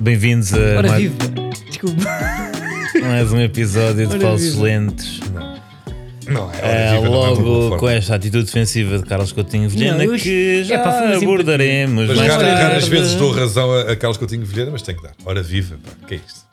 bem-vindos a Ora mais, viva. Desculpa. mais um episódio de Ora Falsos viva. Lentes. Não, é, É, horrível, não é tão logo conforme. com esta atitude defensiva de Carlos Coutinho Vilhena eu- que é já pá, foi uma simpatia. abordaremos Mas mais raro- tarde. raras vezes dou razão a, a Carlos Coutinho Vilhena, mas tem que dar. Ora viva, pá, que é isto?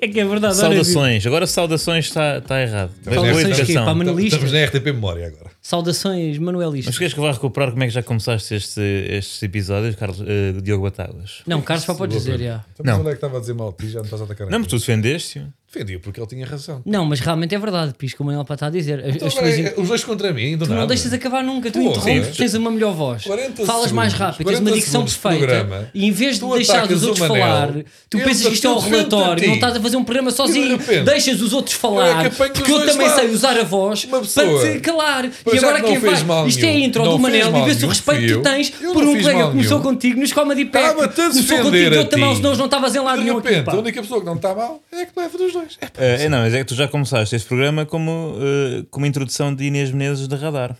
É que é verdade. ora viva. Saudações, agora saudações está está errado. Mas Boa é- Saudações quê? educação. Para a manuelista? Estamos na RTP Memória agora. Saudações, Manuelista. Mas queres que eu vá recuperar como é que já começaste este, estes episódios, Carlos, eh, Diogo Batáguas? Não, Carlos, só podes dizer, já. Então, mas Não. onde é que estava a dizer mal de ti? Já não estás a atacar. Não, mas tu defendeste Defendia porque ele tinha razão. Não, mas realmente é verdade, Pisco, o Manuel para estar a dizer. As- Então as agora é- coisas- os dois contra mim, do Tu não nada. deixas acabar nunca, tu Pô, interrompes, sim. tens uma melhor voz, 40 falas mais segundos, rápido, tens uma 40 dicção segundos de perfeita programa, e em vez de tu deixar atacas os outros o Manel, falar, tu ele pensas que isto é um bateu frente a relatório, ti. não estás a fazer um programa sozinho, repente, deixas os outros eu é falar, que apanho os porque eu dois também lá. sei usar a voz Uma para pessoa. te calar. Mas E já que agora não quem fez vai? mal Isto é a nenhum. intro Não do fez Manel e mal vê-se o nenhum, fui respeito que eu. tens Eu por não um fiz colega mal que começou nenhum. contigo nos Comedy Pack, Estava-te a começou defender contigo a de outra mão, ti. senão não estavas em lado De nenhum aqui, repente, pá. a única pessoa que não está mal é que leva dos dois. É, pá, Eh, não, mas é que tu já começaste este programa como, eh, como introdução de Inês Menezes de Radar.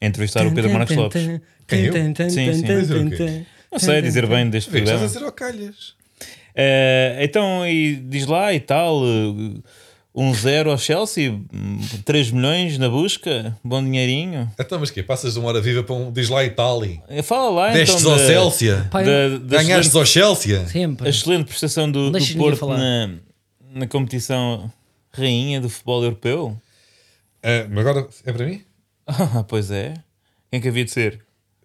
A entrevistar o Pedro Marcos Lopes. Quem, eu? Sim, sim. é Não sei dizer bem deste vês, estás a programa. é. dizer ao calhas. Eh, então, e diz lá e tal, 1-0 ao Chelsea, 3 milhões na busca, bom dinheirinho. Então, mas quê? Passas de uma hora viva para um. Diz lá Itália. Eh, Fala lá Destes então. ao da- Celsia. Pá, da- da Ganhaste ao Chelsea. A Sempre. excelente prestação do, do deixes ninguém Porto falar. na, na competição rainha do futebol europeu? Ah, mas agora é para mim? Ah, pois é. Quem que havia de ser?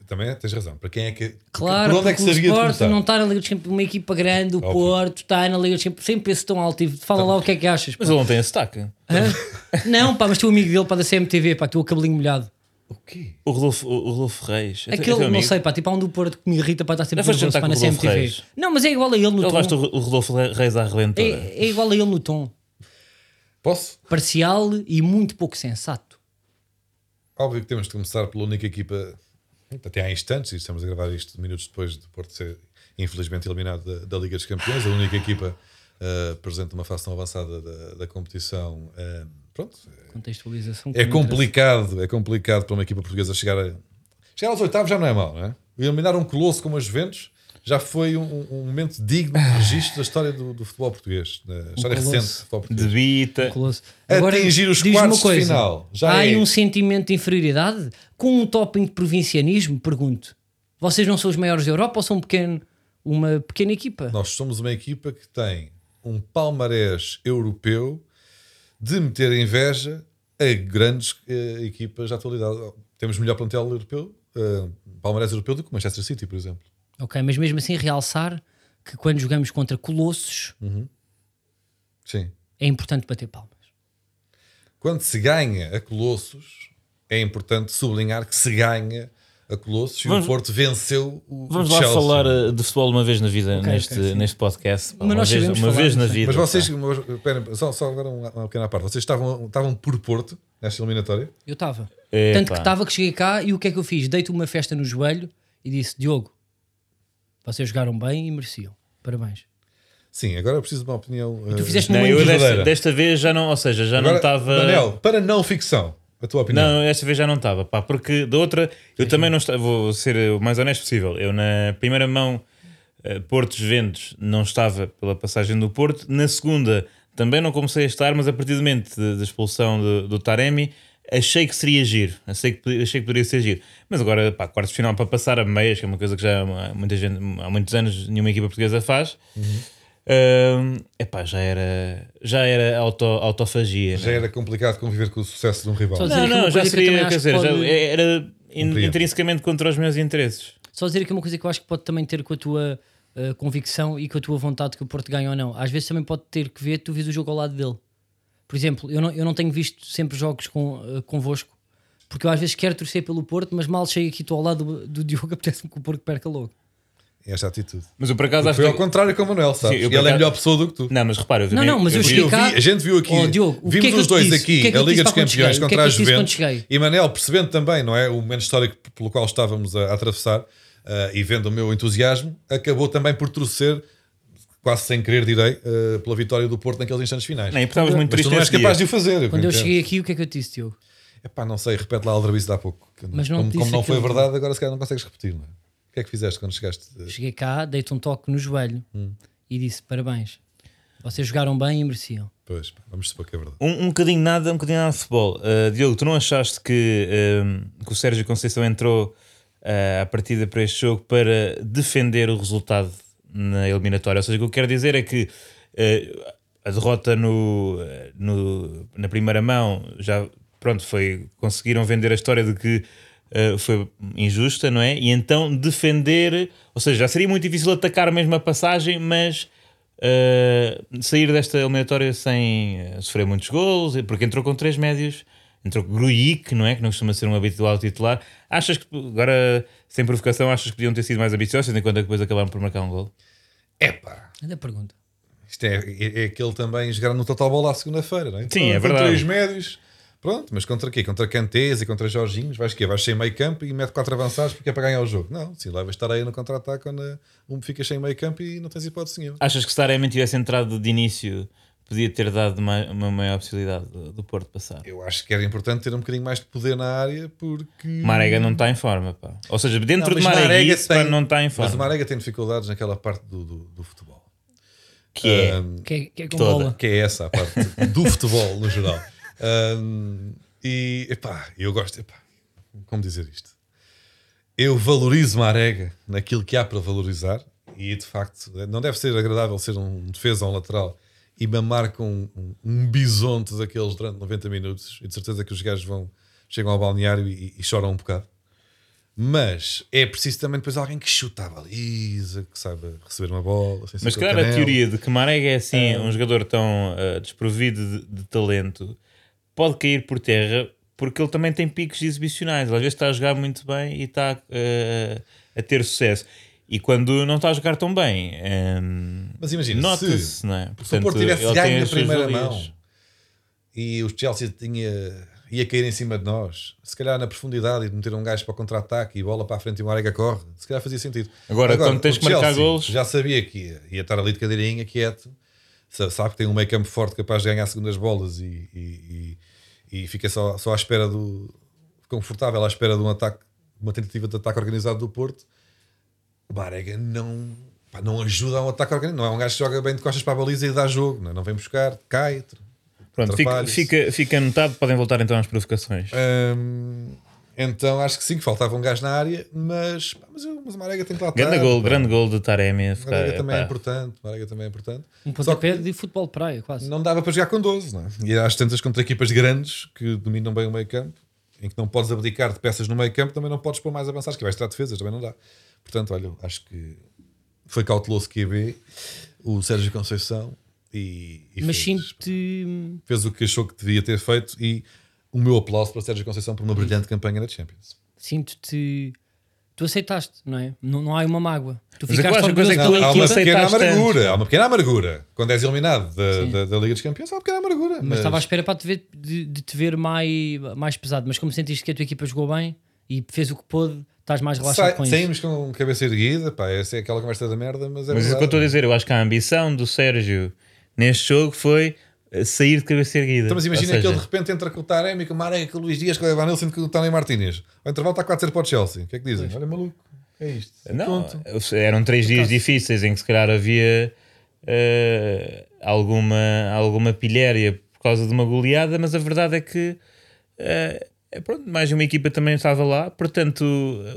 Também tens razão. Para quem é que. Claro, por onde é que porque seria de o Porto começar? não está na Liga dos Campeões, uma equipa grande, o Óbvio. Tá Porto está na Liga dos Campeões, sempre esse tão altivo. Fala lá o que é que achas. pá. Mas ele não tem esse sotaque. Hã? não, pá, mas tu amigo dele, pá, da CMTV, pá, tu o cabelinho molhado. O quê? O Rodolfo, o Rodolfo Reis. É teu- é teu Aquele, não amigo? sei, pá, tipo há um do Porto que me irrita, pá, está sempre Já foste nervoso, jantar pá, com na o Rodolfo CMTV. Reis? Não, mas é igual a ele Ele no tom. levaste o o Rodolfo Reis à É, arrebentora. é igual a ele no tom. Posso? Parcial e muito pouco sensato. Óbvio que temos de começar pela única equipa, até há instantes, e estamos a gravar isto minutos depois do Porto ser infelizmente eliminado da, da Liga dos Campeões, a única equipa ah, presente numa fase tão avançada da, da competição. ah, pronto, Contextualização. que é não interessa. complicado, é complicado para uma equipa portuguesa chegar, a, chegar aos oitavos, já não é mal, não é? Eliminar um colosso como a Juventus já foi um, um momento digno de registro da história do, do futebol português, da história colosso. recente do futebol português. Debita. Colosso. Atingir os diz-me quartos uma de coisa. final. Já há aí é. um sentimento de inferioridade com um topping de provincianismo? Pergunto. Vocês não são os maiores da Europa ou são um pequeno, uma pequena equipa? Nós somos uma equipa que tem um palmarés europeu de meter inveja a grandes eh, equipas da atualidade. Temos melhor plantel europeu, eh, palmarés europeu do que o Manchester City, por exemplo. Ok, mas mesmo assim realçar que quando jogamos contra colossos Hum. Sim. é importante bater palmas. Quando se ganha a Colossos, é importante sublinhar que se ganha a Colossos e Vamos- o Porto venceu o o Vamos lá Chelsea. falar eh, de futebol uma vez na vida Ok, neste, ok, sim. neste podcast. Pá, Mas uma nós vez, sabemos uma falar, vez na sim. vida. Mas vocês, pá. mas, espera, só, só agora um, uma, uma pequena parte. Vocês estavam, estavam por Porto nesta eliminatória? Eu estava. É, Tanto pá. que estava que cheguei cá e o que é que eu fiz? Dei-te uma festa no joelho e disse: Diogo, vocês jogaram bem e mereciam. Parabéns. Sim, agora eu preciso de uma opinião. Tu eh, fizeste Não, uma eu desta, verdadeira. desta vez já não, ou seja, já não Agora, estava. Manel, para não ficção, a tua opinião. Não, esta vez já não estava, pá, porque da outra eu também não estava, vou ser eh, o mais honesto possível. Eu na primeira mão eh, Porto Juventus não estava pela passagem do Porto, na segunda também não comecei a estar, mas a partir do momento de- da expulsão do, do Taremi achei que seria giro, achei que, pod- achei que poderia ser giro, mas agora pá, quartos de final para passar a meias, que é uma coisa que já há, muita gente, há muitos anos nenhuma equipa portuguesa faz. Ahm, epá, já era, já era auto, autofagia. né? Já era complicado conviver com o sucesso de um rival. Só dizer- Não, aqui uma não, já coisa que eu seria, também quer acho dizer, que já pode- era in- Compreendo. intrinsecamente contra os meus interesses. Só dizer aqui uma coisa que eu acho que pode também ter com a tua eh, convicção e com a tua vontade que o Porto ganha ou não. Às vezes também pode ter que ver, tu vês o jogo ao lado dele. Por exemplo, eu não, eu não tenho visto sempre jogos com, eh, convosco, porque eu às vezes quero torcer pelo Porto, mas mal chego aqui, estou ao lado do, do Diogo, apetece-me que o Porto perca logo. Esta atitude. Mas eu por acaso acho Foi ao que. contrário com o Manuel, sabes? Sim, eu ele por é a acaso- melhor pessoa do que tu. Não, mas repara, eu Não, também- não, mas eu vi- cheguei Eu cá- vi- a gente viu aqui, Oh, Diogo, o que é vimos que eu os te dois disse? O aqui, que é que eu a te disse Liga dos para quando Campeões cheguei? O que é contra que a eu te disse quando Juventus. cheguei? E Manel, percebendo também, não é? O momento histórico pelo qual estávamos a, a atravessar ah, e vendo o meu entusiasmo, acabou também por torcer, quase sem querer direi, ah, pela vitória do Porto naqueles instantes finais. Não, e estavas muito Mas tu triste. não és nesse capaz dia. de o fazer. eu Quando eu entendo. cheguei aqui, o que é que eu te disse, Diogo? Epá, não sei, repete lá a aldrabice de há pouco. que Mas não como te como disse não foi aquilo. verdade, agora se calhar não consegues repetir, não é? O que é que fizeste quando chegaste? eh, Cheguei cá, dei-te um toque no joelho Hum. e disse: Parabéns, vocês jogaram bem e mereciam. Pois, pá, vamos supor que é verdade. Um, um bocadinho nada, um bocadinho nada de futebol. Uh, Diogo, tu não achaste que, um, que o Sérgio Conceição entrou uh, à partida para este jogo para defender o resultado na eliminatória? Ou seja, o que eu quero dizer é que uh, a derrota no, uh, no- na primeira mão já pronto, foi. Conseguiram vender a história de que uh, foi injusta, não é? E então defender, ou seja, já seria muito difícil atacar mesmo a passagem, mas Uh, sair desta eliminatória sem uh, sofrer muitos golos, porque entrou com três médios, entrou com Grujic, não é? Que não costuma ser um habitual titular. Achas que, agora, sem provocação, achas que podiam ter sido mais ambiciosos, enquanto depois acabaram por marcar um gol? Epá! Ainda pergunta. Isto é, é, é aquele também jogar no total bola à segunda-feira, não é? Sim, é com verdade. três médios. Pronto, mas contra quê? Contra Cantese e contra Jorginhos? Vais quê? Vais sem meio campo e mete quatro avançados porque é para ganhar o jogo. Não, sim, lá vais estar aí no contra-ataque quando um fica sem meio campo e não tens hipótese nenhuma. Achas que se Taremi tivesse entrado de início, podia ter dado ma- uma maior possibilidade do, do Porto passar? Eu acho que era importante ter um bocadinho mais de poder na área porque. Marega não está em forma, pá. Ou seja, dentro Não, de mas Marega, Marega isso, pá, tem- não está em Mas o forma. Marega tem dificuldades naquela parte do, do, do futebol. Que é. Ahm, Que é, que é com Toda. bola. que é essa a parte do futebol no geral. Ahm, e epá, eu gosto, epá, como dizer isto? Eu valorizo Marega naquilo que há para valorizar e de facto não deve ser agradável ser um defesa ou um lateral e mamar com um, um bisonte daqueles durante 90 minutos e de certeza que os gajos vão, chegam ao balneário e- e choram um bocado. Mas é preciso também depois alguém que chuta a baliza, que saiba receber uma bola. sem ser Mas com claro, a canela. teoria de que Marega é assim, um jogador tão ah, desprovido de, de talento, pode cair por terra porque ele também tem picos exibicionais. Ele Às vezes está a jogar muito bem e está ah, a ter sucesso. E quando não está a jogar tão bem, ehm, Mas imagina, se- nota-se, não é? Se o Portanto, Porto tivesse ele tem ganho na as suas primeira valias. mão e o Chelsea tinha, ia cair em cima de nós, se calhar na profundidade e de meter um gajo para o contra-ataque e bola para a frente e uma arega corre, se calhar fazia sentido. Agora, quando tens o que marcar Chelsea golos- Já sabia que ia, ia estar ali de cadeirinha, quieto, sa- sabe que tem um meio campo forte capaz de ganhar segundas bolas e, e, e- e fica só, só à espera do. confortável à espera de um ataque, uma tentativa de ataque organizado do Porto. O Marega não, pá, não ajuda a um ataque organizado. Não é um gajo que joga bem de costas para a baliza e dá jogo. Não, é? não vem buscar, cai. tr- Pronto, fica, atrapalha-se. fica, fica anotado, podem voltar então às provocações. Hum, então acho que sim, que faltava um gajo na área, mas, pá, mas, eu- mas o Marega tem que lá grande estar, gol, pá. grande gol de Taremi. a O ficar, é, Marega também é pá. importante. o Marega também é importante. Um Só pontapé de futebol de praia, quase. não dava para jogar com 12, não é? E às tantas contra equipas grandes que dominam bem o meio campo, em que não podes abdicar de peças no meio campo, também não podes pôr mais avançados, que vais tirar defesas, também não dá. Portanto, olha, acho que foi cauteloso QB, o Sérgio Conceição, e, e Mas hum, fez, sinto-te. fez o que achou que devia ter feito. E o meu aplauso para o Sérgio Conceição por uma brilhante campanha na Champions. Sinto-te. Tu aceitaste, não é? Não, não há uma mágoa. Tu Mas é que eu ficaste acho orgulhoso a coisa é que tu da tua há uma equipa, aceitaste pequena tanto. amargura, há uma pequena amargura quando és eliminado da, Sim. da- da Liga dos Campeões, há uma pequena amargura. mas estava à espera para te ver, de, de te ver mais, mais pesado. Mas como sentiste que a tua equipa jogou bem e fez o que pôde, estás mais relaxado Sai- com isso. saímos com cabeça erguida, pá, essa é aquela conversa da merda, mas é Mas isso que eu verdade. estou a dizer, eu acho que a ambição do Sérgio neste jogo foi eh, sair de cabeça erguida. Então, mas imagina Ou seja, que ele de repente entra com o Taremi, com o Marega, com o Luís Dias, com o Evanilson, com o Tony Martínez. O intervalo está 4-0 para o Chelsea. O que é que dizem? Olha, maluco, é isto. Não, Pronto. eram três dias difíceis em que se calhar havia eh, alguma, alguma pilhéria por causa de uma goleada, mas a verdade é que eh, é pronto, mais uma equipa também estava lá, portanto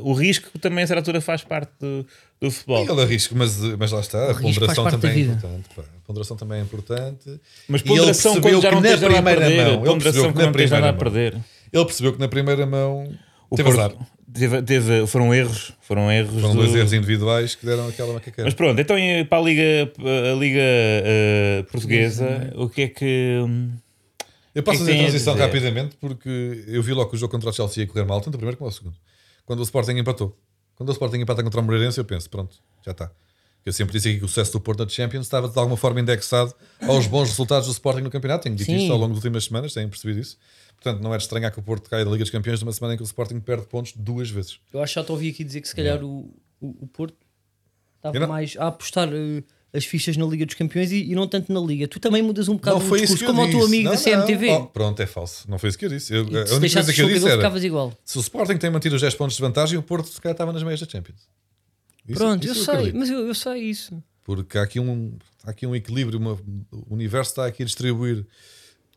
o risco também a essa altura faz parte do, do futebol. Ele arrisca, mas, mas lá está, a risco faz ponderação parte também é da vida. importante. pá. A ponderação também é importante. Mas E ele ponderação percebeu quando já que não na tens nada a primeira perder, mão, ele percebeu ponderação que quando na não tens primeira nada a mão. perder. Ele percebeu que na primeira mão O teve azar. Porto teve- teve- foram erros, foram erros Foram do- dois erros individuais que deram aquela macaqueira. Mas pronto, então e para a Liga, a Liga eh, Portuguesa, o que é que. hum, Eu posso que fazer a tem a transição dizer? rapidamente porque eu vi logo que o jogo contra o Chelsea ia correr mal, tanto o primeiro como o segundo. Quando o Sporting empatou. Quando o Sporting empata contra o Moreirense, eu penso, pronto, já está. Eu sempre disse aqui que o sucesso do Porto na Champions estava de alguma forma indexado aos bons resultados do Sporting no campeonato. Tenho dito Sim. isto ao longo das últimas semanas, têm percebido isso. Portanto, não é de estranhar que o Porto caia da Liga dos Campeões numa semana em que o Sporting perde pontos duas vezes. Eu acho que já te ouvi aqui dizer que se calhar o, o, o Porto estava Eu não- mais a apostar eh, as fichas na Liga dos Campeões e, e não tanto na Liga. Tu também mudas um bocado não o foi isso discurso, que eu como o disse. teu amigo não, da não. CMTV. Oh, pronto, é falso. Não foi isso que eu disse. Eu- E a se única coisa deixasses que eu chocar, disse era ficavas igual. se o Sporting tem mantido os 10 pontos de vantagem, o Porto se calhar estava nas meias da Champions. Isso- Pronto, isso eu sei, acredito. mas eu, eu sei isso. Porque há aqui um, há aqui um equilíbrio, uma- o universo está aqui a distribuir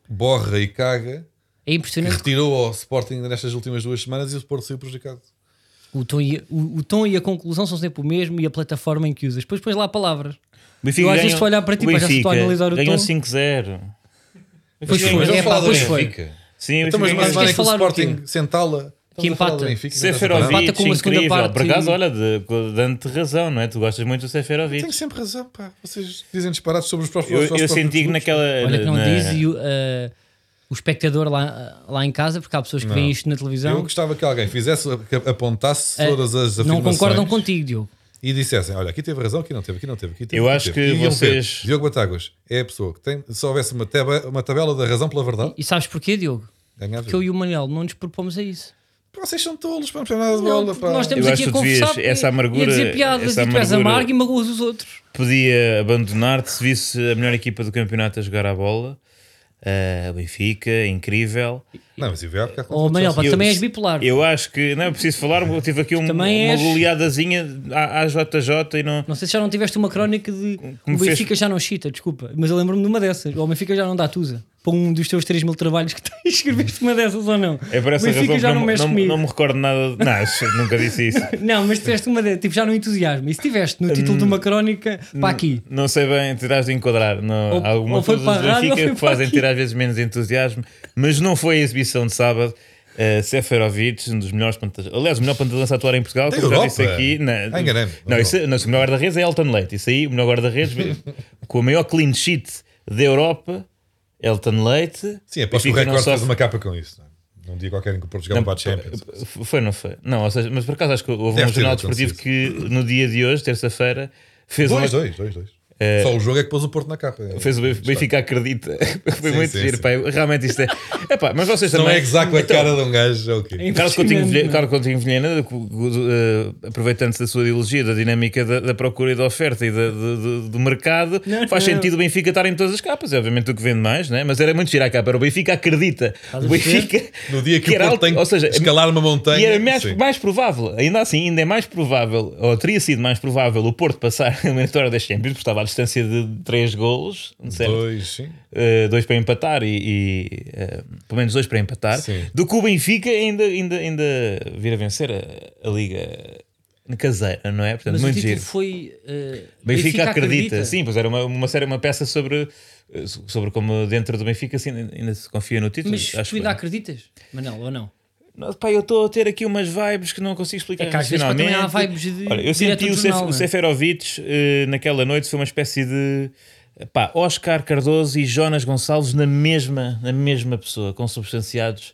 borra e caga É que impressionante. retirou ao Sporting nestas últimas duas semanas e o Porto saiu prejudicado. O tom, e, o, o tom e a conclusão são sempre o mesmo e a plataforma em que usas. Depois pões lá palavras. O Benfica Eu às ganhou- vezes estou a olhar para ti, o pá, já se estou a Benfica analisar o Ganhou tom. 5-0. um. Pois Sim, foi, mas é vamos pá, falar do pois Benfica. foi. Sim, o Benfica mas Então, mas uma ganhou semana queres em que o falar do Sporting quê? sentá-la. Que Estamos a falar do empata. Benfica, não é estás a falar nada. Seferovic, Empata com uma segunda incrível. parte Por acaso, e- olha, de- dando-te razão, não é? Tu gostas muito do Seferovic. Tenho sempre razão, pá. Vocês dizem disparados sobre os próprios Eu, os eu próprios senti que clubes. naquela. Olha que não na- diz e o, eh, o espectador lá, lá em casa, porque há pessoas que veem isto na televisão, Eu gostava que alguém fizesse, que apontasse eh, todas as não afirmações concordam contigo, Diogo. e dissessem: olha, aqui teve razão, aqui não teve, aqui não teve. Aqui teve Eu aqui acho teve. que E iam ver. vocês- Diogo Batáguas é a pessoa que tem. Se houvesse uma, teba- uma tabela da razão pela verdade, E sabes porquê, Diogo? ganhava. Porque eu e o Manuel não nos propomos a isso. Vocês são tolos, vamos para nada de bola. Pá. Nós temos Eu aqui acho a que tu devias- conversar essa e- e a amargura- dizer piadas essa e tu és amargura- amargo e magoas os outros. podia abandonar-te se visse a melhor equipa do campeonato a jogar à bola. Ah, Benfica, incrível. Não, mas eu vi há bocado. Ou oh, Manuel, pá, Eu- também és bipolar. Eu acho que não é preciso falar, eu tive aqui um- uma Também és- goleadazinha à, à JJ e não. Não sei se já não tiveste uma crónica de Como o Benfica já não chita, desculpa, mas eu lembro-me de uma dessas. Ou o Benfica já não dá tusa. Para um dos teus 3 mil trabalhos que tens, escreveste uma dessas ou não? É por o essa Benfica razão que já não, não, mexe não, comigo. não me recordo nada. de- Não, isso- nunca disse isso. Não, mas tiveste uma de, tipo, já não entusiasmo. E se tiveste no título de uma crónica, para Hum. aqui. Não sei bem, terás de enquadrar. Não, Ou- alguma ou foi coisa do para a rádio, ou Benfica foi que fazem para ter aqui. às vezes menos entusiasmo, mas não foi a exibição de sábado. Uh, Seferovic, um dos melhores pantas... Aliás, o melhor pantalança a atuar em Portugal, Da como já Europa. disse aqui. na- Ah, enganei-me. não, isso, não, o melhor guarda-redes é Elton Leite. Isso aí, o melhor guarda-redes com a maior clean sheet da Europa, Elton Leite. Sim, aposto que Benfica o não recorde sofre- fez uma capa com isso. não é? Num dia qualquer em que o Porto jogava para a Champions. eh, foi, não foi? Não, ou seja, mas por acaso acho que houve Deve um ter jornal desportivo que no dia de hoje, terça-feira, fez uma Eh, Dois, dois, dois, dois. Só o jogo é que pôs o Porto na capa. Fez o Benfica acredita. Foi Sim, muito sim, giro, sim. pá. Realmente isto é. Epá, mas vocês Não também. Então, é exato a cara de um gajo. é o quê? Carlos Coutinho, Impressionante, Vilhena, não é? Carlos Coutinho Vilhena, cu- cu- do, eh, aproveitando-se da sua ideologia, da dinâmica da, da procura e da oferta e da- do, do- do mercado, Não, faz não. sentido o Benfica estar em todas as capas. É obviamente o que vende mais, né? mas era muito gira a capa. Era o Benfica acredita. a O Benfica. No dia que, o era Porto alto- tem que ou seja, escalar uma montanha. e era mais, sim. mais provável, ainda assim, ainda é mais provável, ou teria sido mais provável, o Porto passar a eliminatória das Champions, porque estava à distância de 3 golos, certo? Dois, sim. Uh, dois para empatar e, e, uh, pelo menos dois para empatar, Sim. do que o Benfica ainda, ainda, ainda vir a vencer a, a Liga caseira, não é? Portanto, Mas o muito título giro. foi. eh, Benfica, acredita. sim, pois era uma, uma série, uma peça sobre, uh, sobre como dentro do Benfica assim, ainda se confia no título. Mas tu acho ainda bem. acreditas, Manel, ou não? Não, Pá, eu estou a ter aqui umas vibes que não consigo explicar É que às vezes, pá, também há racionalmente. vibes de- Olha, eu direto senti do o, Sef, jornal, o não é? Seferovic eh, naquela noite foi uma espécie de pá, Oscar Cardoso e Jonas Gonçalves na mesma, na mesma pessoa, consubstanciados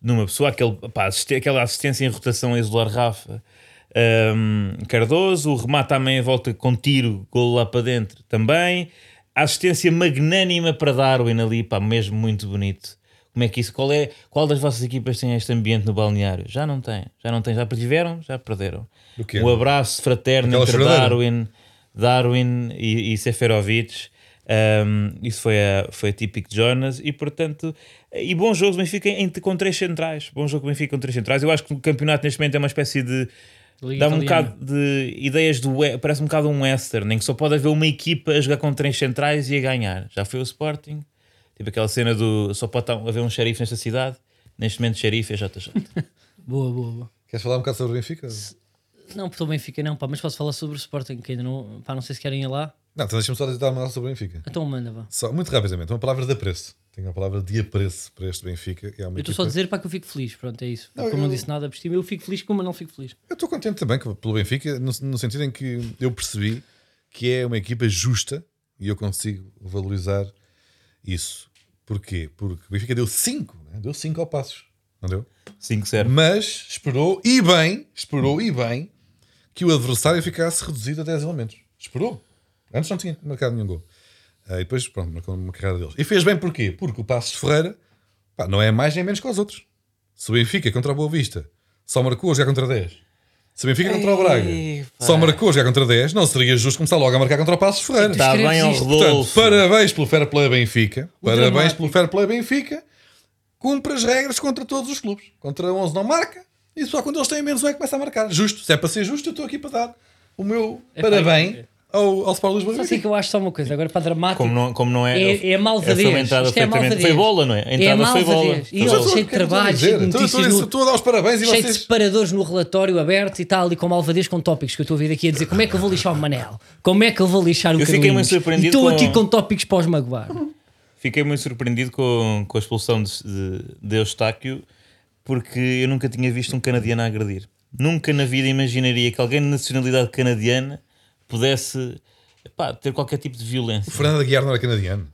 numa pessoa. Aquele, pá, assisti- aquela assistência em rotação a isolar Rafa. Ahm, Cardoso, o remate também à volta com tiro, golo lá para dentro também. A assistência magnânima para Darwin ali, pá, mesmo muito bonito. Como é que isso? Qual, é, qual das vossas equipas tem este ambiente no balneário? Já não tem, já não tem, já tiveram, já perderam. O quê? O abraço fraterno Aquela entre choradeira? Darwin, Darwin e, e Seferovic. Um, isso foi, a, foi a típico de Jonas e portanto e bons jogos do Benfica em- com três centrais bom jogo do Benfica com três centrais eu acho que o campeonato neste momento é uma espécie de dá Liga um italiana. bocado de ideias do we- parece um bocado um western em que só pode haver uma equipa a jogar com três centrais e a ganhar já foi o Sporting tipo aquela cena do só pode tá- haver um xerife nesta cidade neste momento xerife é JJ Boa, boa, boa. Queres falar um bocado sobre o Benfica? Não, pelo Benfica não, pá, mas posso falar sobre o Sporting, que ainda não, pá, não sei se querem ir lá. Não, então deixa-me só dizer uma palavra sobre o Benfica. Então manda, vá. Só, muito rapidamente, uma palavra de apreço. Tenho uma palavra de apreço para este Benfica. e há uma Eu estou equipa- só a dizer, pá, que eu fico feliz, pronto, é isso. Como não disse nada, por cima, eu fico feliz, como eu não fico feliz. Eu estou contente também com- pelo Benfica, no, no sentido em que eu percebi que é uma equipa justa e eu consigo valorizar isso. Porquê? Porque o Benfica deu 5, deu 5 ao passos, não deu? 5-0 Mas esperou e bem, esperou e bem que o adversário ficasse reduzido a 10 elementos. Esperou. Antes não tinha marcado nenhum gol. Ah, e depois, pronto, marcou uma carreira deles. E fez bem porquê? Porque o Passos de Ferreira pá, não é mais nem menos que os outros. Se o Benfica contra a Boa Vista só marcou a jogar contra 10. Se o Benfica contra o Braga só marcou a jogar contra 10, não seria justo começar logo a marcar contra o Passos de Ferreira. está Tá bem ao Escreves isto. Rodolfo Portanto, parabéns pelo fair play Benfica. parabéns dramático. pelo fair play Benfica. Cumpre as regras contra todos os clubes. Contra 11 não marca. E só quando eles têm menos um é que começa a marcar. Justo. Se é para ser justo, eu estou aqui para dar o meu É pá, parabéns é. ao, ao Sport Lisboa. Só sei que eu acho só uma coisa, agora para dramático. Como não, como não é. É, é a essa malvadez. entrada Isto é perfeitamente- a malvadez. Foi bola, não é? A entrada é a foi bola. malvadez. E Foi ele bola. cheio de trabalho, cheio de então Estou, notícias, no- estou a dar os parabéns e cheio de vocês. separadores no relatório aberto e tal, ali com malvadez com tópicos que eu estou a vir aqui a dizer como é que eu vou lixar o Manel, como é que eu vou lixar o Eu fiquei Carlinhos. muito surpreendido E com- estou aqui com tópicos para os magoar. Fiquei muito surpreendido com, com a expulsão de, de, de Eustáquio, porque eu nunca tinha visto um canadiano a agredir. Nunca na vida imaginaria que alguém de nacionalidade canadiana pudesse epá, ter qualquer tipo de violência. O Fernando Aguiar não era canadiano.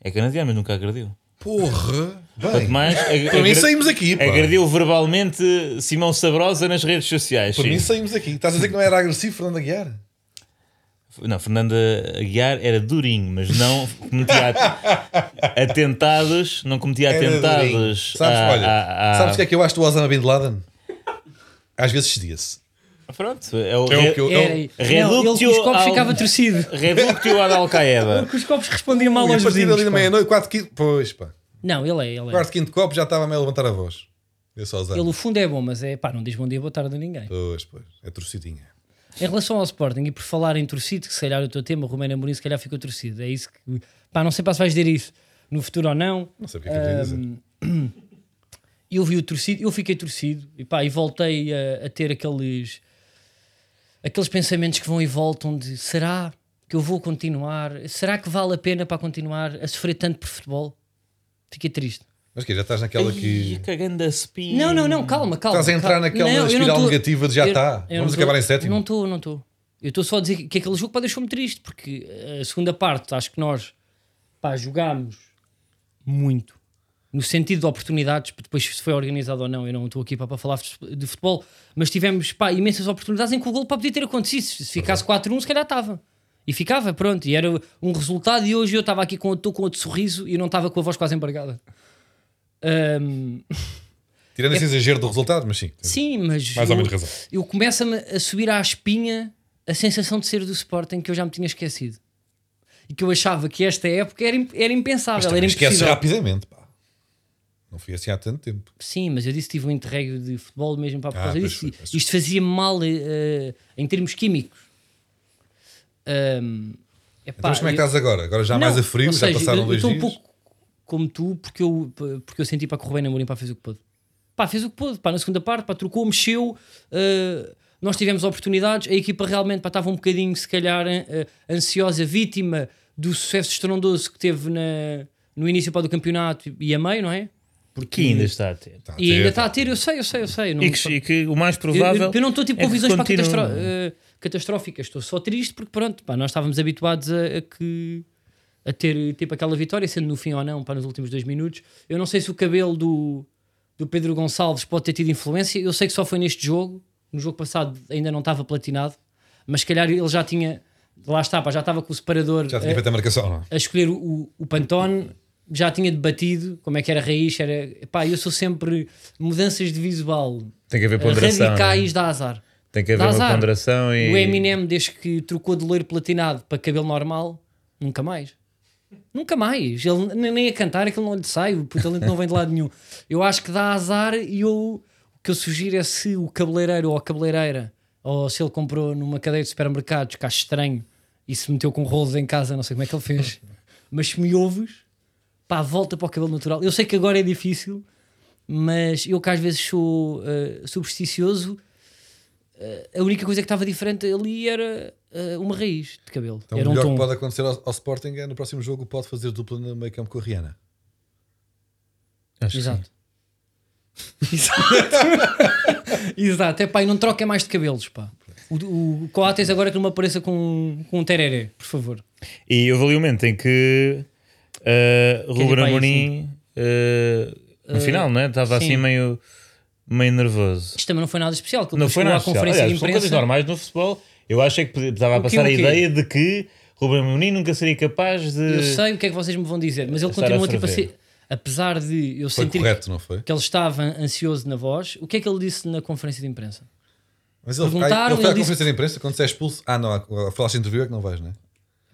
É canadiano, mas nunca agrediu. Porra! Quanto Bem, mais. ag- para mim agra- saímos aqui. Pá. Agrediu verbalmente Simão Sabrosa nas redes sociais. Para sim. mim saímos aqui. Estás a dizer que não era agressivo, Fernando Aguiar? Não, Fernanda Aguiar era durinho, mas não cometia at- atentados, não cometia Era durinho. atentados. Sabes, à- olha, à- à- sabes o que é que eu acho do Osama Bin Laden? Às vezes cedia-se. Pronto, é o, É o que eu- Era, não, ele Reductio com os copos ao- ficava torcido, Reductio ad Al-Qaeda. porque os copos respondiam mal E a aos partir vizinhos. dali da pá. meia-noite, quatro quinto. Pois pá, Não, ele é, ele é. quarto quinto copo já estava meio a levantar a voz. Eu só usava. Ele o fundo é bom, mas é pá, não diz bom dia, boa tarde a ninguém. Pois, pois. É torcidinha. Em relação ao Sporting, e por falar em torcido, que se calhar é o teu tema, o Romero Amorim, se calhar ficou torcido. É isso que. Pá, não sei para se vais dizer isso no futuro ou não. Não sei porque é que eu queria dizer. Eu vi o torcido, eu fiquei torcido e pá, e voltei a, a ter aqueles. aqueles pensamentos que vão e voltam de será que eu vou continuar? Será que vale a pena para continuar a sofrer tanto por futebol? Fiquei triste. Mas que já estás naquela que. Ih, cagando a spin. Não, não, não, calma, calma. Estás a entrar calma. naquela eu não espiral tô- negativa de já eu- tá, eu vamos não tô- acabar em sétimo. Não estou, não estou. Eu estou só a dizer que- que aquele jogo pá, deixou-me triste, porque eh, a segunda parte, acho que nós pá, jogámos muito. No sentido de oportunidades, porque depois se foi organizado ou não, eu não estou aqui pá, para falar de futebol, mas tivemos pá, imensas oportunidades em que o gol pá, podia ter acontecido. Se se ficasse 4-1, se calhar estava. E ficava, pronto. E era um resultado. E hoje eu estava aqui com, tô com outro sorriso e não estava com a voz quase embargada. Ahm, Tirando esse exagero do resultado, mas sim. é- Sim, mas É. Mais ou eu, menos razão. eu começo-me a subir à espinha a sensação de ser do Sporting que eu já me tinha esquecido. E que eu achava que esta época era, im- era impensável, era Também esquece impossível. rapidamente, pá. Não fui assim há tanto tempo. Sim, mas eu disse que tive um interregno de futebol mesmo para por Ah, causa pois disso. foi, E pois Isto fazia mal eh, em termos químicos. Ahm, epá, Então, mas como é que eu- estás agora? Agora já mais Não, a frio, ou já seja, passaram eu- dois eu dias. tô um pouco como tu, porque eu, porque eu senti para que o Rubén Amorim pá, fez o que pôde. Pá, fez o que pôde. Pá, na segunda parte, pá, trocou, mexeu. eh, nós tivemos oportunidades. A equipa realmente pá, estava um bocadinho, se calhar, eh, ansiosa, vítima do sucesso estrondoso que teve na- no início pá, do campeonato e a meio, não é? Porque ainda está a ter. Tá, E ainda teve. está a ter, eu sei, eu sei, eu sei. Não, E que, e que o mais eu, provável. eu- eu não estou tipo é com que visões pá, continue. catastro- eh, catastróficas, estou só triste porque pronto, pá, nós estávamos habituados a, a que a ter tipo aquela vitória, sendo no fim ou não, para nos últimos dois minutos. Eu não sei se o cabelo do, do Pedro Gonçalves pode ter tido influência, eu sei que só foi neste jogo, no jogo passado ainda não estava platinado, mas se calhar ele já tinha, lá está, pá, já estava com o separador Já eh, tinha feito a marcação, não? é? a escolher o, o Pantone, já tinha debatido como é que era a raiz, era, pá, eu sou sempre mudanças de visual Tem que haver ponderação. radicais dá azar. não é? Tem que haver dá uma azar. ponderação e. O Eminem, desde que trocou de loiro platinado para cabelo normal, nunca mais. Nunca mais. Ele nem- nem a cantar, aquilo não lhe sai, o talento não vem de lado nenhum. Eu acho que dá azar e eu, o que eu sugiro é se o cabeleireiro ou a cabeleireira, ou se ele comprou numa cadeia de supermercados, que acho estranho, e se meteu com rolos em casa, não sei como é que ele fez, mas se me ouves, pá, volta para o cabelo natural. Eu sei que agora é difícil, mas eu que às vezes sou eh, supersticioso, eh, a única coisa que estava diferente ali era eh, uma raiz de cabelo. Então, era o um melhor tom. que pode acontecer ao, ao Sporting é no próximo jogo pode fazer dupla no meio campo com a Rihanna. Acho que Exato. Exato. Exato. É pá, e não troquem mais de cabelos, pá. O, o Coates agora que não me apareça com, com um tereré, por favor. sim. E houve ali um momento em que uh, ir Ruben para é tipo aí, assim. Amorim, uh, no final, não é? Estava sim. assim meio, meio nervoso. Isto também não foi nada especial. que ele Não depois foi chegou nada à especial. conferência Aliás, de são coisas imprensa. normais no futebol. Eu achei que podia- estava a O quê, passar a o quê? ideia de que Ruben Amorim nunca seria capaz de. Eu sei o que é que vocês me vão dizer, mas ele Estar a continua tipo a ferver. ser. Apesar de eu Foi sentir correto, não foi? que ele estava ansioso na voz, o que é que ele disse na conferência de imprensa? Mas ele, Perguntaram, ah, ele foi à ele disse- conferência de imprensa quando se é expulso. Ah, não, a flash interview é que não vais, não é?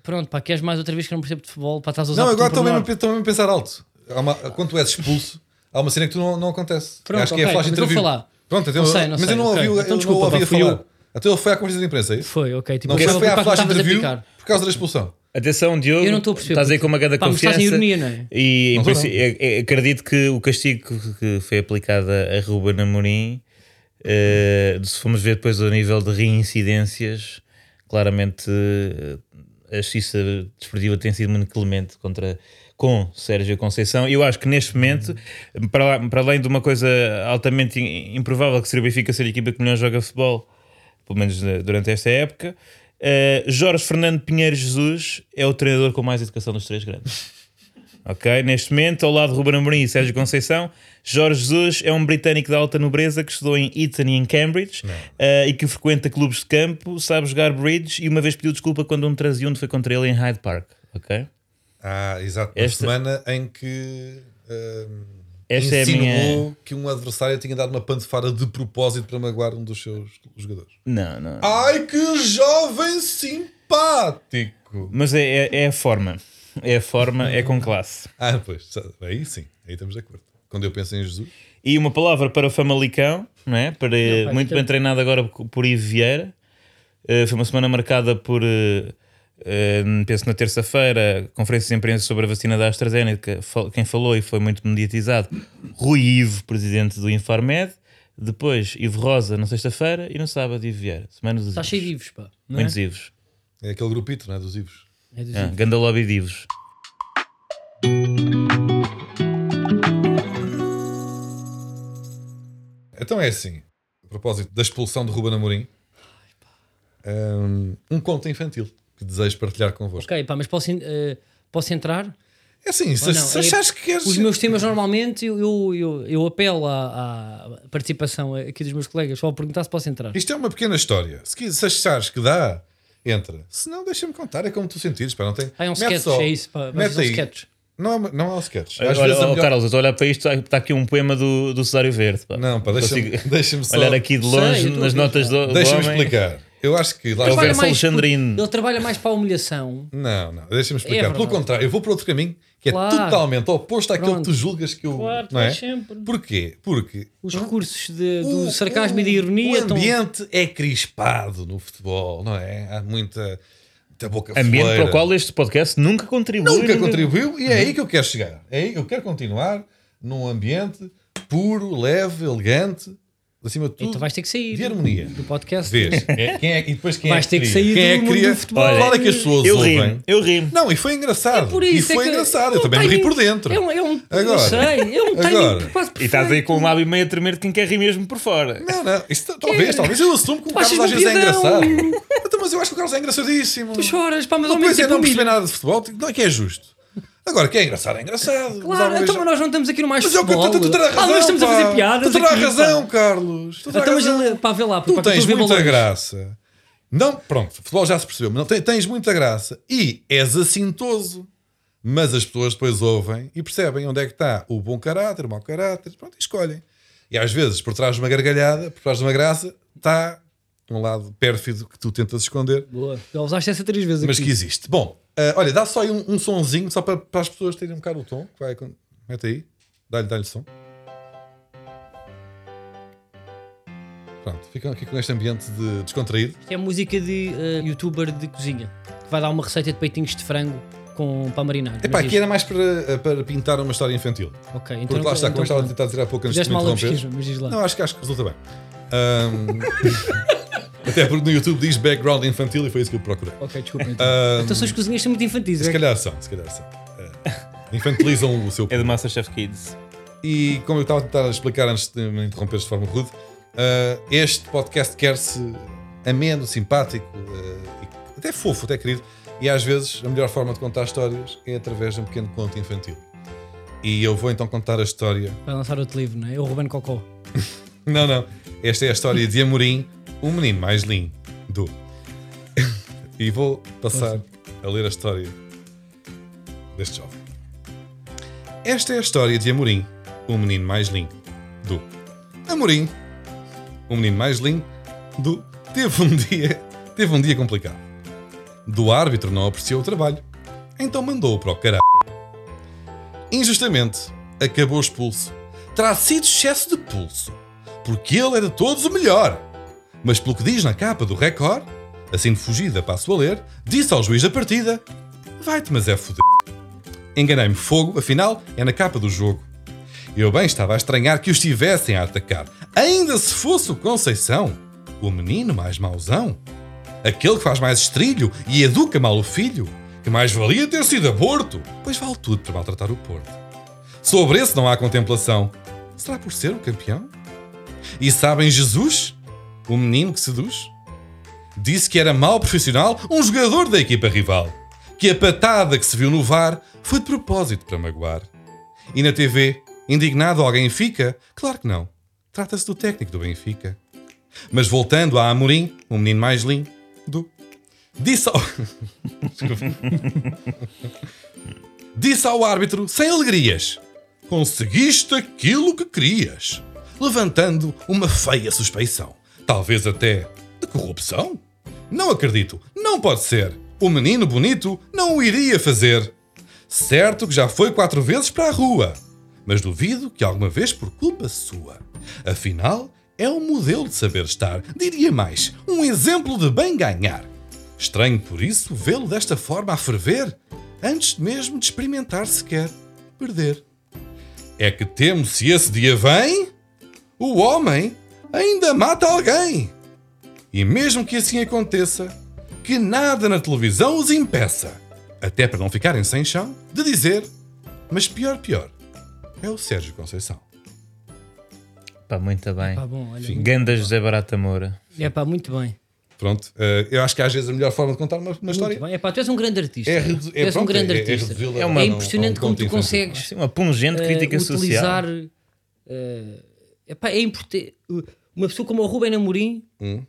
Pronto, pá, queres mais outra vez que eu não percebo de futebol? Pá, estás a usar Não, por agora tu estou mesmo, pormenor. a- estou mesmo a pensar alto. Há uma- quando tu és expulso, há uma cena que tu não, não acontece. Pronto, acho que é ok, a flash mas eu vou interview. falar. Pronto, então, Não sei, não mas sei, eu não ok. ouvi, Então eu não desculpa, ouvi pá, a fui falar. eu. Até ele foi à conferência de imprensa, é isso? Foi, ok. Tipo, não eu foi, estava foi a à preocupar flash que estavas a interview picar. por causa da expulsão. Atenção, Diogo. Eu não estou a perceber, Estás aí puto. com uma grande Pá, mas confiança. estás em ironia, não é? E em Não, não, princípio, é- é- acredito que o castigo que- que foi aplicado a Ruben Amorim, eh, se formos ver depois ao nível de reincidências, claramente eh, a justiça desportiva tem sido muito clemente contra com Sérgio Conceição. Eu acho que neste momento, para, lá- para além de uma coisa altamente im- improvável que seria o Benfica ser a equipa que melhor joga futebol, pelo menos eh, durante esta época, eh, Jorge Fernando Pinheiro Jesus é o treinador com mais educação dos três grandes. Ok, neste momento, ao lado de Ruben Amorim e Sérgio Conceição, Jorge Jesus é um britânico de alta nobreza que estudou em Eton e em Cambridge eh, e que frequenta clubes de campo, sabe jogar bridge e uma vez pediu desculpa quando um transeunte foi contra ele em Hyde Park. Ok? Ah, exato. Na Esta- semana em que hum, Esta é a insinuou minha- que um adversário tinha dado uma pantofada de propósito para magoar um dos seus jogadores. Não, não. Ai, que jovem simpático! Mas é, é- é a forma. É a forma, é com classe. Ah, pois, sabe, aí sim, aí estamos de acordo. Quando eu penso em Jesus, E uma palavra para o Famalicão, não é? Para, pá, muito então- bem treinado agora por Ivo Vieira. Eh, foi uma semana marcada por, eh, eh, penso na terça-feira, conferência de imprensa sobre a vacina da AstraZeneca. Fal- Quem falou e foi muito mediatizado, Rui Ivo, presidente do Infarmed. Depois, Ivo Rosa, na sexta-feira. E no sábado, Ivo Vieira. Semana dos Está Ivos. Tá cheio de vivos, pá. Não é? Muitos Ivos. é aquele grupito, não é? Dos Ivos. É dos Ah, vivos. Ganda Lobby Divos. Então é assim, a propósito da expulsão de Ruben Amorim, hum, um conto infantil que desejo partilhar convosco. Ok, pá, mas posso, en- eh, posso entrar? É assim, se, Ou não? se É- achares que queres. Os meus temas normalmente eu, eu, eu, eu apelo à, à participação aqui dos meus colegas, só a perguntar se posso entrar. Isto é uma pequena história. Se, quis- se achares que dá, entra. Se não, deixa-me contar, é como tu sentires. Pá, não tem... Ah, é um Mete sketch, só. é isso, pá. Mas Mete são aí. sketches. Não, há- não há um sketch. Às Olha, vezes a oh, melhor- Carlos, eu estou a olhar para isto, está aqui um poema do, do Cesário Verde. pá. Não, pá, deixa-me Consigo deixa só. Olhar aqui de Sei, longe eu estou a nas ver, notas do, do Deixa-me homem. explicar. Eu acho que lá Eu está- Conversa alexandrino. por- ele trabalha mais para a humilhação. Não, não, É deixa-me explicar. verdade. Pelo contrário, eu vou para outro caminho que é Claro. totalmente oposto àquilo Pronto. que tu julgas que eu. Claro, tu não é? vais sempre. Porquê? Porque Os recursos de- do o- sarcasmo e da o- ironia O estão. ambiente é crispado no futebol, não é? Há muita, muita boca Ambiente fleira. para o Uhum. qual este podcast nunca contribui. nunca contribuiu e é aí que eu quero chegar. É aí que eu quero continuar num ambiente puro, leve, elegante, acima de tudo, Então vais ter que sair de harmonia. do podcast. Vês? É, quem é, e depois quem Vais é ter que cria? sair quem do é mundo cria? do futebol. Olha, Olha, Claro que as pessoas Eu ouvem. rimo, eu rimo. Não, e foi engraçado. É por isso. e foi é que engraçado. Eu não também tenho- ri por dentro. É um, é um, Agora. Eu sei, é um Agora. timing quase perfeito. E estás aí com o lábio meio a tremer de quem quer rir mesmo por fora. Não, não. Isso, talvez, talvez. Eu assumo que o Tu Carlos É. achas um às vezes é piadão? engraçado. Então, mas eu acho que o Carlos é engraçadíssimo. Tu choras, pá, mas ao Uma mesmo coisa é tempo não humilha. perceber nada de futebol, tipo, não é que é justo. Agora, que é engraçado, é engraçado. Mas Claro, alguma então mas vez- nós não estamos aqui no mais Mas é o que futebol. tu, tu, tu terás Ah, razão. nós estamos a pá. fazer piadas Tu terás aqui, pá. razão, Carlos. Tu terás Então, mas razão. ele- pá, vê lá. um Tu pá, que tens vê muita valores. graça. Não, pronto, futebol já se percebeu, mas não, tens, tens muita graça e és assintoso. Mas as pessoas depois ouvem e percebem onde é que está o bom caráter, o mau caráter, pronto, e escolhem. E às vezes, por trás de uma gargalhada, por trás de uma graça, está um lado pérfido que tu tentas esconder, Boa. Já usaste essa três vezes mas aqui. que existe. Bom, ah, olha, dá só aí um, um sonzinho, só para, para as pessoas terem um bocado o tom. que Vai, com- mete aí, dá-lhe dá som. Pronto, ficam aqui com este ambiente de descontraído. Isto é música de eh, youtuber de cozinha que vai dar uma receita de peitinhos de frango com para marinar. Epá, Mas aqui era mais para, eh, para pintar uma história infantil. isto- Ok, então. Porque lá está, como então, eu estava a pronto. tentar dizer há pouco antes de Fizeste me mal a interromper. pesquisa, mas diz lá. Não, é- acho que, acho que resulta bem. Ahm, até porque no YouTube diz background infantil e foi isso que eu procurei. Ok, desculpa. Então. então são as cozinhas são muito infantis. Ah, Se é? calhar são, se calhar são. Ah, infantilizam o seu É do Masterchef Kids. E como eu estava a tentar explicar antes de me interromperes de forma rude, ah, este podcast quer-se ameno, simpático, ah, e até fofo, até querido. E às vezes a melhor forma de contar histórias é através de um pequeno conto infantil. E eu vou então contar a história Vai lançar outro livro, não é? É o Ruben Cocó. Não, não. Esta é a história de Amorim, um menino mais lindo. E vou passar a ler a história deste jovem. Esta é a história de Amorim, um menino mais lindo. Amorim, um menino mais lindo, teve um dia, teve um dia complicado. Do árbitro não apreciou o trabalho, então mandou-o para o caralho. Injustamente, acabou é expulso. Terá sido excesso de pulso porque ele era de todos o melhor. Mas pelo que diz na capa do Record, assim de fugida passo a ler, disse ao juiz da partida: Vai-te, mas é foder. Enganei-me, fogo, afinal, é na capa do jogo. Eu bem estava a estranhar que os tivessem a atacar. Ainda se fosse o Conceição, o menino mais mauzão. Aquele que faz mais estrilho e educa mal o filho, que mais valia ter sido aborto, pois vale tudo para maltratar o Porto. Sobre esse não há contemplação. Será por ser o campeão? E sabem Jesus, o menino que seduz? Disse que era mau profissional um jogador da equipa rival, que a patada que se viu no VAR foi de propósito para magoar. E na TV, indignado alguém fica? Claro que não. Trata-se do técnico do Benfica. Mas voltando a Amorim, o menino mais lindo, disse ao... Desculpa. disse ao árbitro, sem alegrias, conseguiste aquilo que querias, levantando uma feia suspeição, talvez até de corrupção. Não acredito, não pode ser. O menino bonito não o iria fazer. Certo que já foi quatro vezes para a rua, mas duvido que alguma vez por culpa sua. Afinal, é um modelo de saber estar, diria mais, um exemplo de bem ganhar. Estranho por isso vê-lo desta forma a ferver, antes mesmo de experimentar sequer perder. É que temo se esse dia vem, o homem ainda mata alguém. E mesmo que assim aconteça, que nada na televisão os impeça, até para não ficarem sem chão, de dizer, mas pior, pior, é o Sérgio Conceição. Pá, muito bem. Pá, bom, olha. Sim. Ganda José Barata Moura. É pá, muito bem. Pronto, eh, eu acho que às vezes a melhor forma de contar uma, uma história Muito bem. É pá, tu és um grande artista. é, tu redu- é, és um pronto, grande é- é artista. reduzi-la É a uma- um- a é um impressionante como ponto tu infantil. consegues Sim, uma pungente eh, crítica utilizar. social. eh, é pá, é importante. Uma pessoa como o Ruben Amorim, Hum.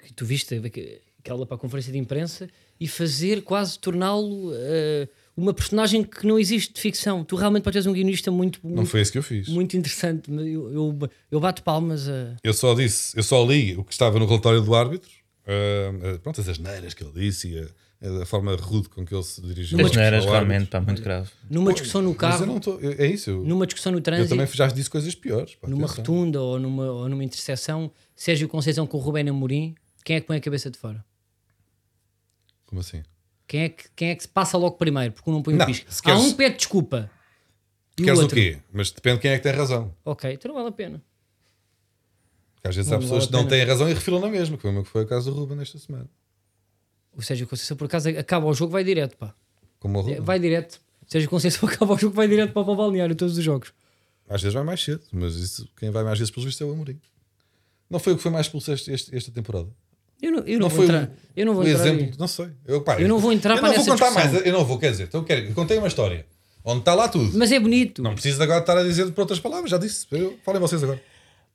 que tu viste aque- aquela para a conferência de imprensa, e fazer quase torná-lo eh, uma personagem que não existe de ficção. Tu realmente podes ser um guionista muito, Não muito, foi isso que eu fiz. muito interessante. Eu, eu, eu bato palmas eh, a. Eu só disse, eu só li o que estava no relatório do árbitro, ah, ah, pronto, as asneiras que ele disse e a, a forma rude com que ele se dirigiu. Mas não eras ao árbitro. realmente, pá, muito grave. Numa discussão no Mas eu carro, não tô, eu- é isso. Eu, numa discussão no eu trânsito, também já disse coisas piores. pá, numa atenção. retunda ou numa, ou numa interseção, Sérgio Conceição com o Rubén Amorim, quem é que põe a cabeça de fora? Como assim? Quem é que, quem é que se passa logo primeiro? Porque um não põe Não, o pisco. se Há queres- um que pede desculpa. E Queres o o outro. quê? Mas depende quem é que tem razão. Ok, então não vale a pena. Porque às vezes Não há vale pessoas a que não pena. têm razão e refilam na mesma, que foi o meu- que foi o caso do Ruben nesta semana. O Sérgio Conceição, por acaso, acaba o jogo, vai direto, pá. Como o É, Ruben. Vai direto. O Sérgio Conceição acaba o jogo, vai direto para o balneário, todos os jogos. Às vezes vai mais cedo, mas isso, quem vai mais vezes pelos vistos é o Amorim. Não foi o que foi mais expulso este- este- esta temporada. Eu não, eu Não não, foi vou entrar. um- Eu não vou um entrar. exemplo, aí. não sei. Eu, pá, Eu não vou entrar eu para não vou nessa contar discussão. mais, eu não vou, quer dizer, então quero, eu contei uma história onde está lá tudo. Mas é bonito. Não preciso agora estar a dizer por outras palavras, já disse. Eu, falem vocês agora.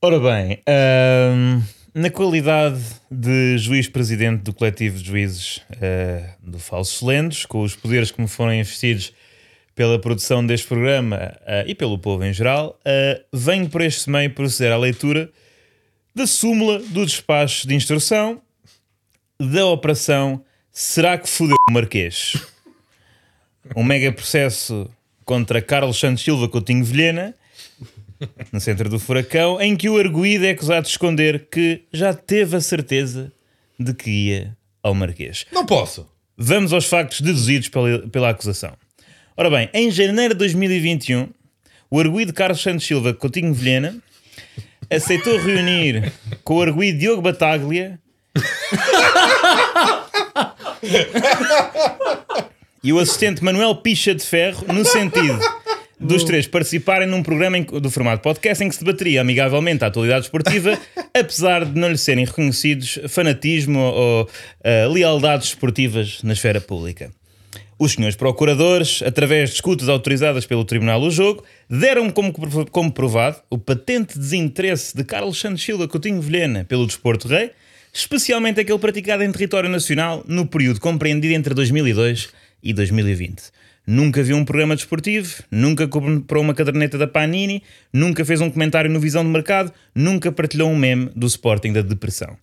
Ora bem, ahm, na qualidade de juiz-presidente do coletivo de juízes ah, do Falsos Lendos, com os poderes que me foram investidos pela produção deste programa ah, e pelo povo em geral, ah, venho por este meio proceder à leitura da súmula do despacho de instrução da operação Será que fodeu o Marquês? Um mega processo contra Carlos Santos Silva Coutinho Vilhena no centro do furacão, em que o arguído é acusado de esconder que já teve a certeza de que ia ao Marquês. Não posso. Vamos aos factos deduzidos pela, pela acusação. Ora bem, em janeiro de 2021, o arguído Carlos Santos Silva Coutinho Vilhena aceitou reunir com o arguído Diogo Bataglia e o assistente Manuel Picha de Ferro no sentido dos três participarem num programa em que- do formato podcast em que se debateria amigavelmente a atualidade esportiva, apesar de não lhe serem reconhecidos fanatismo ou ah, lealdades esportivas na esfera pública. Os senhores procuradores, através de escutas autorizadas pelo Tribunal do Jogo, deram como, compro- como provado o patente desinteresse de Carlos Santos Silva Coutinho Vilhena pelo desporto rei, especialmente aquele praticado em território nacional no período compreendido entre 2002 e 2020. Nunca viu um programa desportivo, nunca comprou uma caderneta da Panini, nunca fez um comentário no Visão de Mercado, nunca partilhou um meme do Sporting da Depressão.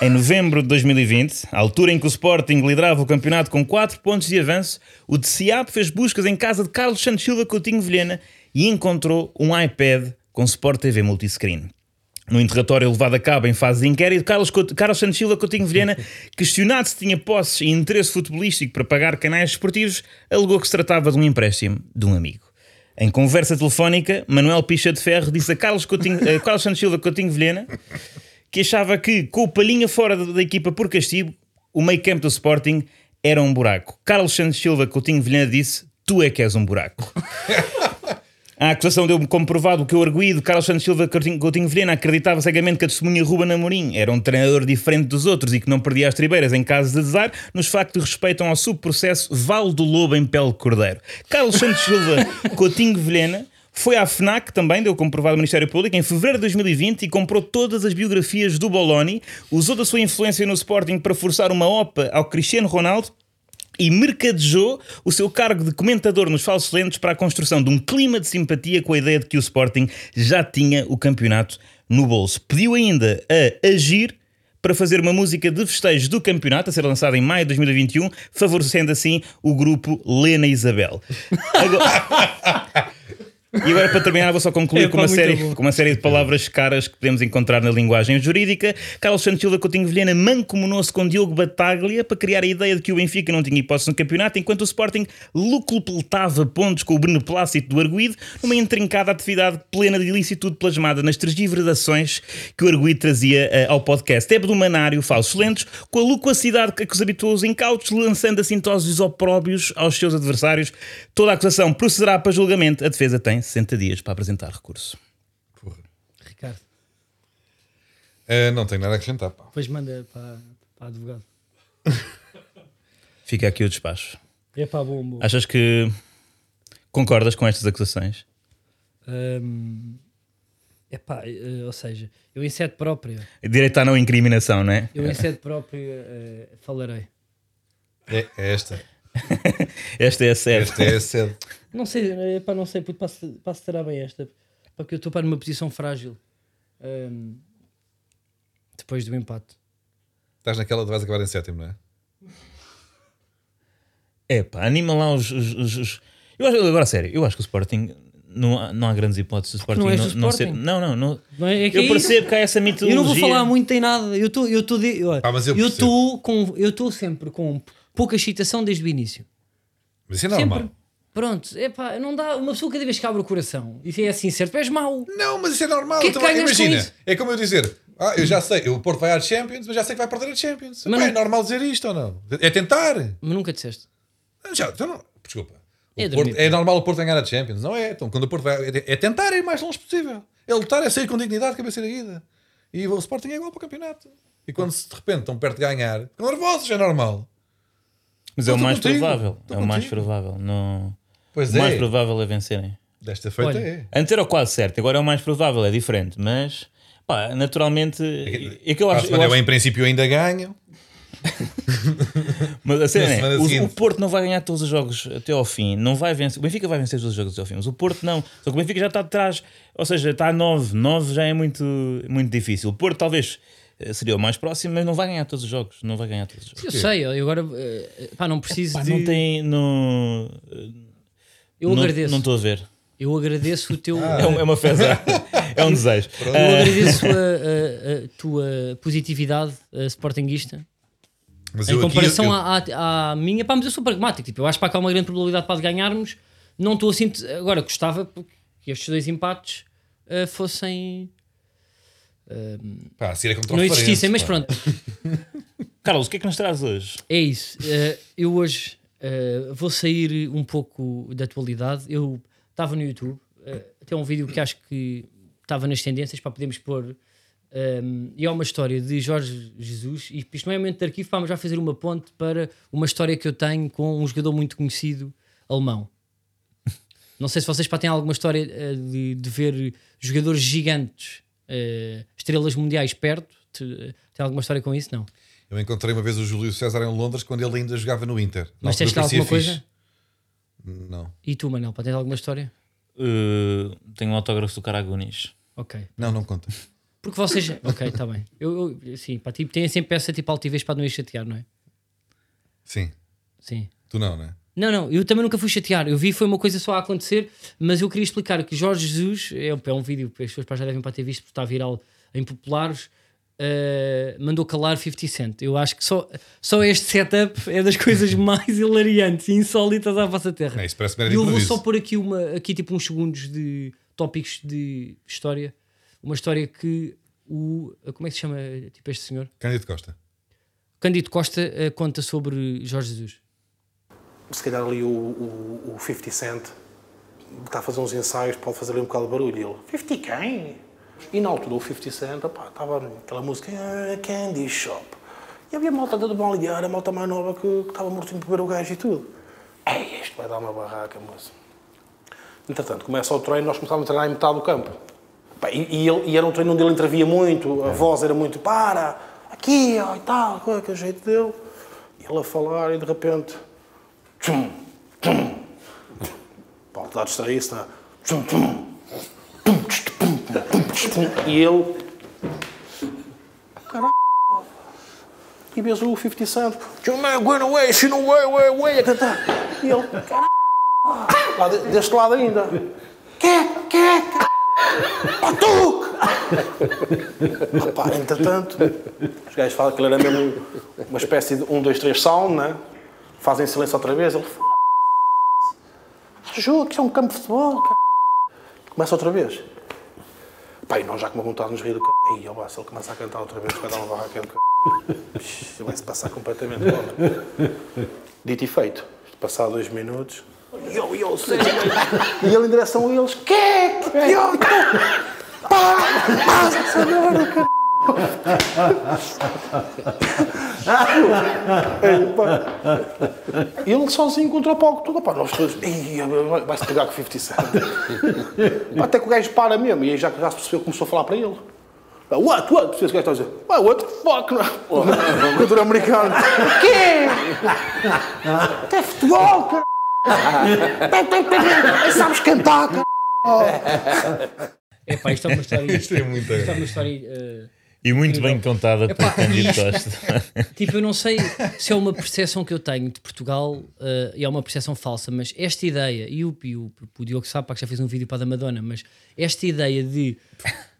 Em novembro de 2020, à altura em que o Sporting liderava o campeonato com 4 pontos de avanço, o DCAP fez buscas em casa de Carlos Santos Silva Coutinho Vilhena e encontrou um iPad com Sport TV multiscreen. no interrogatório levado a cabo em fase de inquérito, Carlos, Couto- Carlos Santos Silva Coutinho Vilhena, questionado se tinha posses e interesse futebolístico para pagar canais esportivos, alegou que se tratava de um empréstimo de um amigo. Em conversa telefónica, Manuel Picha de Ferro disse a Carlos, Coutinho, a Carlos Santos Silva Coutinho Vilhena que achava que, com o Palhinha fora da, da equipa por castigo, o meio campo do Sporting era um buraco. Carlos Santos Silva Coutinho Vilhena disse, tu é que és um buraco. A acusação deu-me como provado que o arguído Carlos Santos Silva Coutinho Coutinho Vilhena acreditava cegamente que a testemunha Ruben Amorim era um treinador diferente dos outros e que não perdia as tribeiras em caso de azar, nos factos que respeitam ao subprocesso Val do Lobo em Pele de Cordeiro. Carlos Santos Silva Coutinho Vilhena foi à FNAC também, deu como provado ao Ministério Público, em fevereiro de 2020 e comprou todas as biografias do Boloni, usou da sua influência no Sporting para forçar uma OPA ao Cristiano Ronaldo e mercadejou o seu cargo de comentador nos falsos lentes para a construção de um clima de simpatia com a ideia de que o Sporting já tinha o campeonato no bolso. Pediu ainda a agir para fazer uma música de festejo do campeonato, a ser lançada em maio de 2021, favorecendo assim o grupo Lena Isabel. Agora- E agora, para terminar, vou só concluir Epá, com, uma muito série, bom. com uma série de palavras caras que podemos encontrar na linguagem jurídica. Carlos Santos Silva Coutinho Vilhena mancomunou-se com Diogo Bataglia para criar a ideia de que o Benfica não tinha hipótese no campeonato, enquanto o Sporting lucupletava pontos com o beneplácito do Arguído numa intrincada atividade plena de ilicitude plasmada nas transgiversações que o Arguído trazia eh, ao podcast. Hebdomanário, falsos lentos, com a loquacidade que os habituou os incautos, lançando assim tosses opróbios aos seus adversários. Toda a acusação procederá para julgamento. A defesa tem 60 dias para apresentar recurso. Porra. Ricardo, Eh, não tenho nada a acrescentar. Pá. depois manda para, para a advogado. Fica aqui o despacho. É pá, bom, bom. Achas que concordas com estas acusações? é pá, ou seja, eu em sede própria, Direito à não incriminação, não é? eu em sede própria eh, falarei. É, é esta. Esta é a certa. Esta é a sede. Não sei, é pá, não sei, puto, passo, passo terá bem esta, porque eu estou para numa posição frágil. Ahm, depois do empate. Estás naquela de vais acabar em sétimo, não é? É pá, anima lá os. os- os- os- Eu acho- agora, a sério, eu acho que o Sporting. Não há, não há grandes hipóteses do Sporting não és não, do não ser. Sporting. Não, não, não. Não é? É que é eu isso. percebo que há essa Eu mitologia. não vou falar muito em nada. Eu estou eu tô de- olha, Pá, Ah, mas eu eu percebo. tô com eu estou sempre com pouca excitação desde o início. Mas isso é normal. Sempre. Pronto, é pá, não dá. Uma pessoa cada vez que abre o coração e é assim, certo, és mau. Não, mas isso é normal. Que é que também. ganhas com imagina, isso? é como eu dizer: ah, eu já sei, o Porto vai à Champions, mas já sei que vai perder a Mas Champions. Pá, não- É normal dizer isto ou não? É tentar. Mas nunca disseste. Já, então não, desculpa. O É Porto- dormir. é normal o Porto ganhar a Champions, não é? Então, quando o Porto vai. É, é tentar ir o mais longe possível. É lutar, é sair com dignidade, cabeça erguida. E o Sporting é igual para o campeonato. E quando se, de repente estão perto de ganhar, ficam nervosos, é normal. Mas é o Estou mais contigo, provável. estou É o mais contigo. provável. Não... Pois O mais é, provável é vencerem. desta feita Olha, é. Antes era o quase certo, agora é o mais provável, é diferente. Mas, pá, naturalmente. É que eu Para a acho. semana Eu eu, acho em princípio ainda ganho. mas a cena na é, semana o- o, seguinte. Porto não vai ganhar todos os jogos até ao fim. Não vai vencer. O Benfica vai vencer todos os jogos até ao fim, mas o Porto não. Só que o Benfica já está atrás, ou seja, está a 9. 9 já é muito, muito difícil. O Porto talvez eh, seria o mais próximo, mas não vai ganhar todos os jogos. Não vai ganhar todos os jogos. Eu sei, eu agora eh, pá, não preciso Pá, de. não tem. Não, Eu não- agradeço. Não estou a ver. Eu agradeço o teu. É, um- é uma fezada. é um desejo. Eu Ah, agradeço a, a- a tua positividade eh, sportinguista Mas em eu aqui- comparação eu- à, à- à minha. Pá, mas eu sou pragmático. Tipo, eu acho pá, que há uma grande probabilidade para de ganharmos. Não estou assim. Agora, gostava que estes dois empates eh, fossem. Pá, se ir é contra o não Farense, existissem, mas pá. pronto. Carlos, o que é que nos traz hoje? É isso. Eh, eu hoje eh, vou sair um pouco da atualidade. Eu estava no YouTube, eh, tem um vídeo que acho que estava nas tendências para podermos pôr. ehm, e é uma história de Jorge Jesus, e isto não é momento de arquivo, pá, mas vai fazer uma ponte para uma história que eu tenho com um jogador muito conhecido alemão. Não sei se vocês pá, têm alguma história eh, de, de ver jogadores gigantes, eh, estrelas mundiais perto. Te- eh, Tem alguma história com isso? Não. Eu encontrei uma vez o Júlio César em Londres quando ele ainda jogava no Inter. Na Mas altura tens lá parecia alguma coisa? é fixe. Não. E tu, Manel, para ter alguma história? Uh, tenho um autógrafo do Caragunis. Ok. Não, não conta. Porque vocês. ok, está bem. Eu, eu- sim, pá, tipo, têm sempre essa tipo altivez para não ir chatear, não é? Sim. Sim. Tu não, né? Não, não, eu também nunca fui chatear. Eu vi, foi uma coisa só a acontecer, mas eu queria explicar que Jorge Jesus é um, é um vídeo que as pessoas pá, já devem para ter visto porque está viral impopulares, eh, mandou calar 50 Cent. Eu acho que só, só este setup é das coisas mais hilariantes e insólitas à vossa terra. É, isso parece mero E eu vou improviso. só pôr aqui, uma, aqui tipo uns segundos de tópicos de história. Uma história que o. Como é que se chama tipo, este senhor? Cândido Costa. Cândido Costa eh, conta sobre Jorge Jesus. se calhar ali o, o, o 50 Cent está a fazer uns ensaios, pode fazer ali um bocado de barulho. E ele, 50 quem? E na altura o 50 Cent, opá, estava aquela música, "Ah, Candy Shop. E havia malta da Balneário, a malta mais nova que que estava mortinho de beber o gajo e tudo. Ei, isto vai dar uma barraca, moço. Entretanto, começa o treino, nós começávamos a treinar em metade do campo. Pá, e, e ele- e era um treino onde ele intervia muito, a voz era muito para, aqui, ó, e tal, qual é que é o jeito dele. E ele a falar e de repente. Tchum, tchum. Pá, está a distrair, está. tá? Tchum, tchum. Pum, tch, pum, pum, tch, pum. E ele. Caralho! E beijou o 50 Cent. Tchum, é, man, going away, she no way, way, way, a cantar. é tá." E ele. Caralho! Lá de- deste lado ainda. Que, que, Patuque! Repara, entretanto, os gajos falam que ele era mesmo uma espécie de um, dois, três sound, né? Fazem silêncio outra vez, ele. "F***, Jogo, que é um campo de futebol, cara. Começa outra vez. Pai, nós já com uma vontade de nos rir do c. Ei, ó, se ele começa a cantar outra vez, vai dar uma barraca do c. Vai se passar completamente, homem. Dito e feito. Passado dois minutos. Yo, yo, sei. E ele em direção a eles. Que? Que? Yo, tô- Pá! Passa essa merda, c. Ei, pá. Ele sozinho contra o palco todo. Pá, nós todos. "Ih, Vai-se pegar com 50 Cent. Até que o gajo para mesmo. E aí já, já se percebeu, começou a falar para ele. What, what? Esse gajo está a dizer, "Ué, what the fuck? não é?" Cultura americana. O quê? Até futebol, cara. Tem, tem, tem. Aí sabes cantar, cara. É pá, isto é uma história. isto Isto é muito. é uma história. eh, E muito bem contada Epá, por Cândido isto- Costa. Tipo, eu não sei se é uma percepção que eu tenho de Portugal eh, e é uma percepção falsa, mas esta ideia, e o, e o, o Diogo Sapa que já fez um vídeo para a da Madonna, mas esta ideia de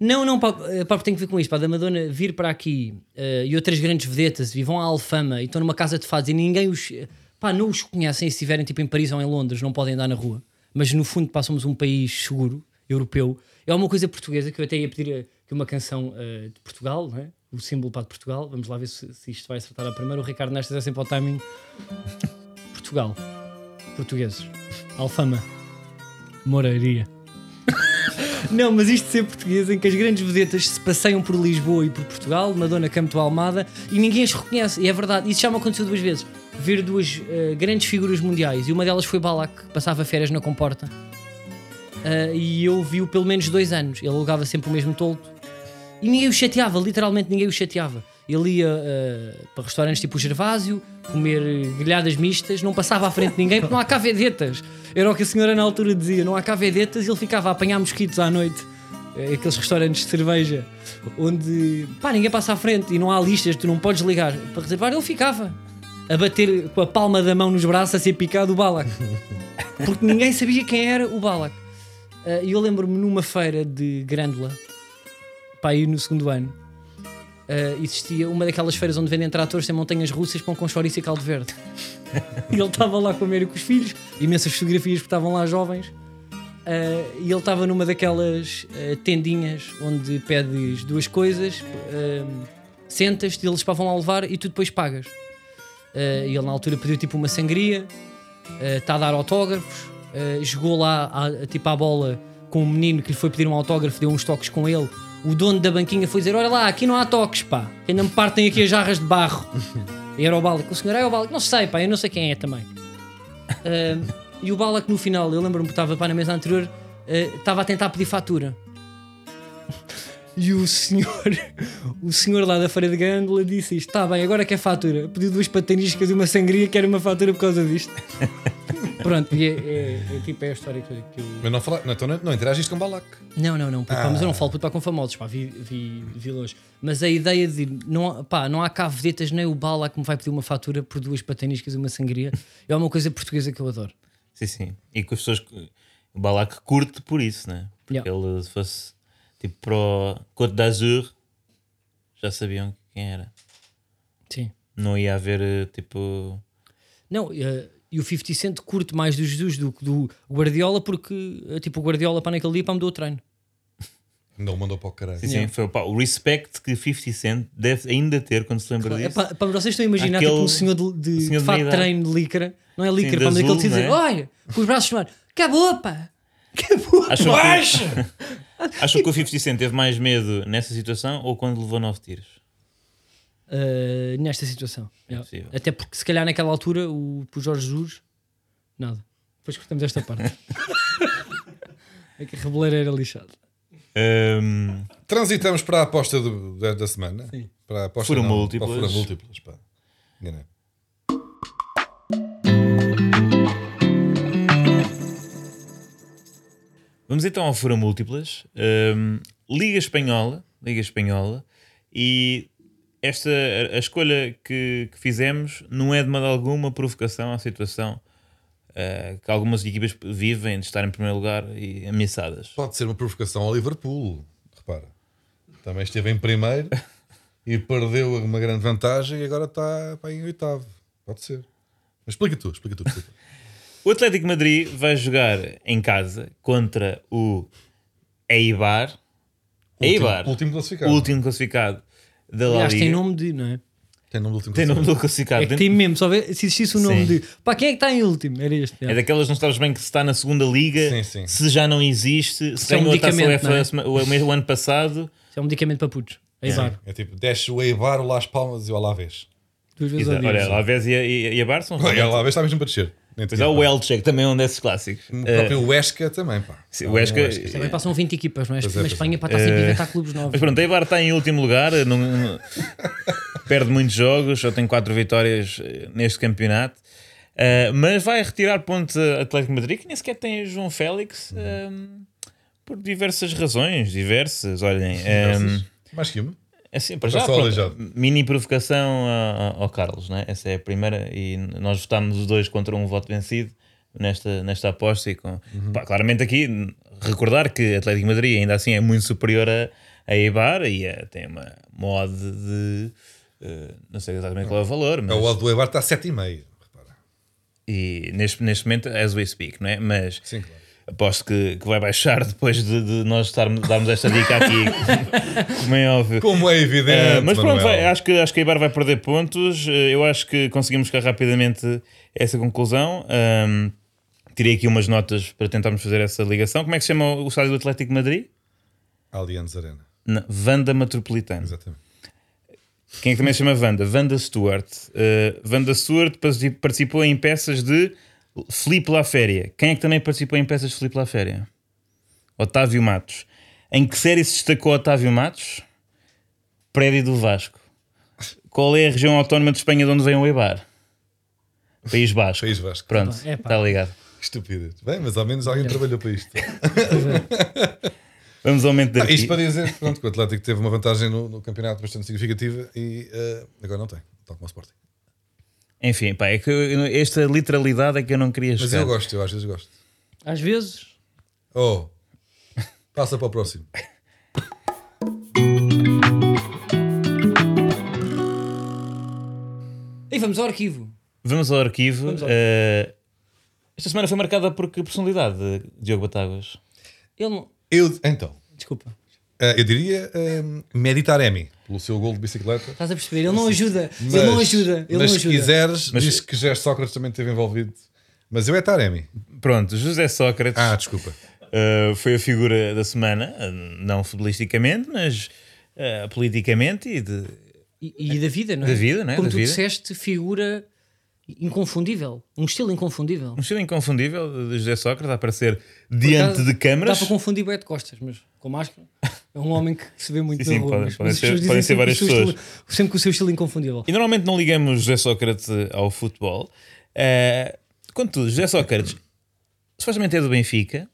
não, não, pá, eh, pá, porque tem que ver com isto, para a da Madonna vir para aqui eh, e outras grandes vedetas e vão à Alfama e estão numa casa de fados e ninguém os eh, pá, não os conhecem e se estiverem tipo em Paris ou em Londres não podem andar na rua, mas no fundo passamos um país seguro, europeu, é uma coisa portuguesa que eu até ia pedir eh, que uma canção eh, de Portugal, não é? o símbolo para de Portugal. Vamos lá ver se, se isto vai acertar a primeira. O Ricardo Nestas é sempre ao timing. Portugal. Portugueses. Alfama. Moraria. Não, mas isto de ser português, em que as grandes vedetas se passeiam por Lisboa e por Portugal, Madonna Campo de Almada, e ninguém as reconhece. E é verdade, isso já me aconteceu duas vezes. Ver duas eh, grandes figuras mundiais, e uma delas foi Balak, que passava férias na comporta. Ah, e eu vi-o pelo menos dois anos. Ele alugava sempre o mesmo toldo, e ninguém o chateava, literalmente ninguém o chateava. Ele ia eh, para restaurantes tipo o Gervásio, comer eh, grelhadas mistas, não passava à frente de ninguém porque não há cá vedetas. Era o que a senhora na altura dizia: não há cá vedetas e ele ficava a apanhar mosquitos à noite. Eh, Aqueles restaurantes de cerveja onde pá, ninguém passa à frente e não há listas, tu não podes ligar para reservar. Ele ficava a bater com a palma da mão nos braços a ser picado o Balak, porque ninguém sabia quem era o Balak. Eh, E eu lembro-me numa feira de Grândola pá, aí no segundo ano, ah, existia uma daquelas feiras onde vendem tratores em montanhas russas, pão com chouriço e caldo verde. e ele estava lá com a Mary e com os filhos, imensas fotografias porque estavam lá jovens. Ah, e ele estava numa daquelas ah, tendinhas onde pedes duas coisas, ah, sentas-te, eles pá, vão lá levar e tu depois pagas. Ah, e ele na altura pediu tipo uma sangria, está Eh, tá a dar autógrafos, ah, jogou lá à- tipo à bola com um menino que lhe foi pedir um autógrafo, deu uns toques com ele. O dono da banquinha foi dizer: Olha lá, aqui não há toques, pá, que ainda me partem aqui as jarras de barro. e era o Balak, o senhor é o Balak, não sei, pá, eu não sei quem é também. Ah, e o Balak no final, eu lembro-me que estava pá, na mesa anterior, ah, estava a tentar pedir fatura. E o senhor, o senhor lá da Feira de Gândola disse isto: Está bem, agora que é fatura. Pediu duas pataniscas e uma sangria, quero uma fatura por causa disto. Pronto, e é, é- é tipo é a história que, que eu. Ah. Mas não, fala, não, então não, não interagiste com Balac. Não, não, não, puto, pá, mas eu não falo puto, pá, com famosos, pá, vi, vi, vi longe. Mas a ideia de não, há- pá, não há cá vedetas nem o bala que me vai pedir uma fatura por duas pataniscas e uma sangria é uma coisa portuguesa que eu adoro. Sim, sim. E que as pessoas. O Balak curte por isso, né? Porque Yeah. ele se fosse tipo para o Côte d'Azur, já sabiam quem era. Sim. Não ia haver eh, tipo. Não, eh, e o 50 Cent curte mais do Jesus do que do Guardiola, porque eh, tipo, o Guardiola para naquele dia para me deu o treino. Não mandou para o caralho. Sim, sim, foi pá, o respect que 50 Cent deve ainda ter quando se lembra É disso. para, para vocês estão a imaginar Aquele- tipo, um senhor de, de, um senhor de de fato meia idade. treino de lícra, não é lícra, de para aquele azul, dizer, não é? olha, com os braços no ar, acabou, pá, acabou. Acham que, acham que o 50 Cent teve mais medo nessa situação ou quando levou 9 tiros? Eh, nesta situação. É Yeah. possível. Até porque se calhar naquela altura o, o Jorge Jesus, nada. Depois cortamos esta parte. é que a reboleira era lixada. Ahm, Transitamos para a aposta do- da, da semana. Sim. Para a aposta Fura não, múltiplas. Para fura múltiplas, pá. é? Enganei. Vamos então ao Fura Múltiplas. Hum, Liga Espanhola. Liga Espanhola. E esta, a, a escolha que, que fizemos não é de modo alguma provocação à situação eh, que algumas equipas vivem de estar em primeiro lugar e ameaçadas. Pode ser uma provocação ao Liverpool. Repara. Também esteve em primeiro e perdeu uma grande vantagem e agora está pá, em oitavo. Pode ser. Mas explica tu, explica tu. explica tu. O Atlético de Madrid vai jogar em casa contra o Eibar. Eibar. Último, último classificado. O último classificado da La Aliás, Liga. tem nome de, não é? Tem nome do último Tem nome classificado. do classificado. É que tem mesmo, só ver se existisse o nome Sim. de. Pá, quem é que está em último? Era este. É yeah. daquelas não sabes bem que se está na segunda liga, Sim, sim. se já não existe, se é um ganhou a taça medicamento, UEFA não é? sema- o, mês- o ano passado. Isso é um medicamento para putos. É Ibar. É tipo, desce o Eibar, o Las Palmas e o Alavés. Duas vezes ao Exato. dia. Olha, a Vez e a, e a- e a Barça não O realmente- Alavés está mesmo para descer. Nem Pois tinha há o reparado. Elche, que também é um desses clássicos. O Eh, próprio Huesca também, pá. sim, o Hum, é- Huesca- Também passam 20 equipas, não é? Pois é, Na pois Espanha, pá, está sempre a inventar clubes novos. mas pronto, a Eibar está em último lugar, eh, não- não- perde muitos jogos, só tem quatro vitórias eh, neste campeonato. Eh, mas vai retirar pontos a Atlético de Madrid, que nem sequer tem João Hum. Félix, eh, por diversas razões, diversas, olhem. eh, Mais que uma. Assim, para Está já, Tá só pronto, aleijado. mini provocação a- a- ao Carlos, né? essa é a primeira. E nós votámos os dois contra um voto vencido nesta, nesta aposta. E com, Uhum. Pá, claramente, aqui n- recordar que Atlético de Madrid ainda assim é muito superior a, a Eibar e eh, tem uma mod de eh, não sei exatamente qual é o valor, mas O Odd do Eibar está a 7,5. Repara. e neste, neste momento, as we speak, não é? Mas Sim, claro. aposto que, que vai baixar depois de, de nós estarmos, darmos esta dica aqui, como é óbvio. Como é evidente. É, mas pronto, Manuel. vai- acho, que, acho que a Ibar vai perder pontos. Eh, Eu acho que conseguimos chegar rapidamente a essa conclusão. Ahm, tirei aqui umas notas para tentarmos fazer essa ligação. Como é que se chama o estádio do Atlético de Madrid? Allianz Arena. Na- Vanda Metropolitano. Exatamente. Quem é que também se chama Vanda? Vanda Stewart. Eh, Vanda Stewart parti- participou em peças de Filipe La Féria. Quem é que também participou em peças de Filipe La Féria? Otávio Matos. Em que série se destacou Otávio Matos? Prédio do Vasco. Qual é a região autónoma de Espanha de onde vem o Eibar? País Basco. País Vasco. Pronto, É pá. está ligado. Estúpido. Bem, mas ao menos alguém trabalhou para isto. Vamos ao momento Ah, daqui. isto para dizer pronto, que o Atlético teve uma vantagem no, no campeonato bastante significativa e eh, agora não tem, tal como o Sporting. Enfim, pá, é que eu- esta literalidade é que eu não queria Mas chegar. eu gosto, eu às vezes gosto. Às vezes. Oh, passa para o próximo. E vamos ao arquivo. Vamos ao arquivo. Vamos ao Eh, esta semana foi marcada por que personalidade, Diogo Batáguas? Ele não. Eu, então, Desculpa. eh, eu diria um, Meditaremi, pelo seu gol de bicicleta. Estás a perceber? Ele não ajuda. ele não ajuda. Ele mas não se ajuda. quiseres, Mas- diz que já Sócrates também esteve envolvido. Mas eu é Taremi. Pronto, José Sócrates Ah, desculpa. eh, foi a figura da semana, eh, não futbolisticamente, mas eh, politicamente e de. E, e da vida, não é? Da vida, não é? Como Da tu vida. disseste, figura inconfundível. Um estilo inconfundível. Um estilo inconfundível de José Sócrates a aparecer diante Dá- de câmaras. Dá para confundir Beto Costas, mas com máscara. É um homem que, que se vê muito Sim, na sim, rua. podem- mas- podem mas as ser- pessoas dizem podem ser sempre várias que o seu pessoas. estilo- sempre com o seu estilo é inconfundível. E normalmente não ligamos José Sócrates ao futebol. Eh, contudo, José Sócrates supostamente é do Benfica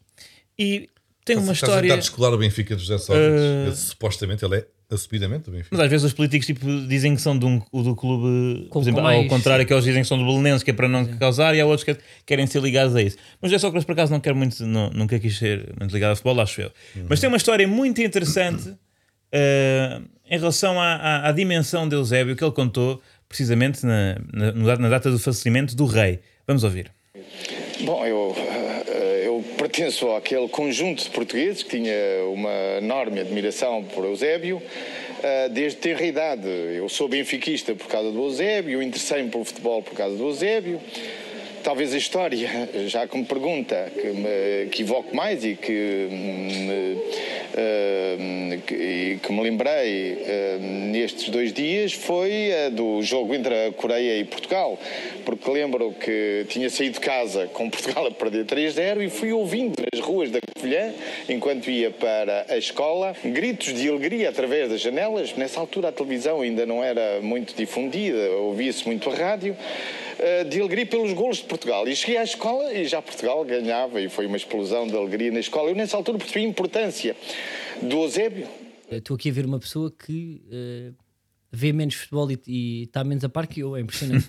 e É tem uma Estás a tentar história. descolar o Benfica de José Sócrates. Eh, Ele, supostamente ele é assumidamente do Benfica. Mas às vezes os políticos tipo, dizem que são de um, do clube, Com- por exemplo, com mais- ao contrário que eles dizem que são do Belenenses, que é para não causar, e há outros que é- querem ser ligados a isso. Mas é só que por acaso não quero muito, não- nunca quis ser muito ligado ao futebol, acho eu. Mas tem uma história muito interessante eh, em relação à, à- à dimensão de Eusébio que ele contou precisamente na, na- no da- na data do falecimento do rei. Vamos ouvir. Bom, eu, eh, eu pertenço àquele conjunto de portugueses que tinha uma enorme admiração por Eusébio eh, desde ter idade. Eu sou benfiquista por causa do Eusébio, interessei-me pelo futebol por causa do Eusébio. Talvez a história, já que me pergunta, que me equivoco mais e que me, eh, que, e que me lembrei eh, nestes dois dias foi a do jogo entre a Coreia e Portugal, porque lembro que tinha saído de casa com Portugal a perder 3-0 e fui ouvindo nas ruas da Covilhã, enquanto ia para a escola, gritos de alegria através das janelas. Nessa altura a televisão ainda não era muito difundida, ouvia-se muito a rádio. eh, De alegria pelos golos de Portugal. E cheguei à escola e já Portugal ganhava, e foi uma explosão de alegria na escola. Eu, nessa altura, percebi a importância do Eusébio, Eu Estou aqui a ver uma pessoa que eh, vê menos futebol e- e está menos a par que eu, é impressionante.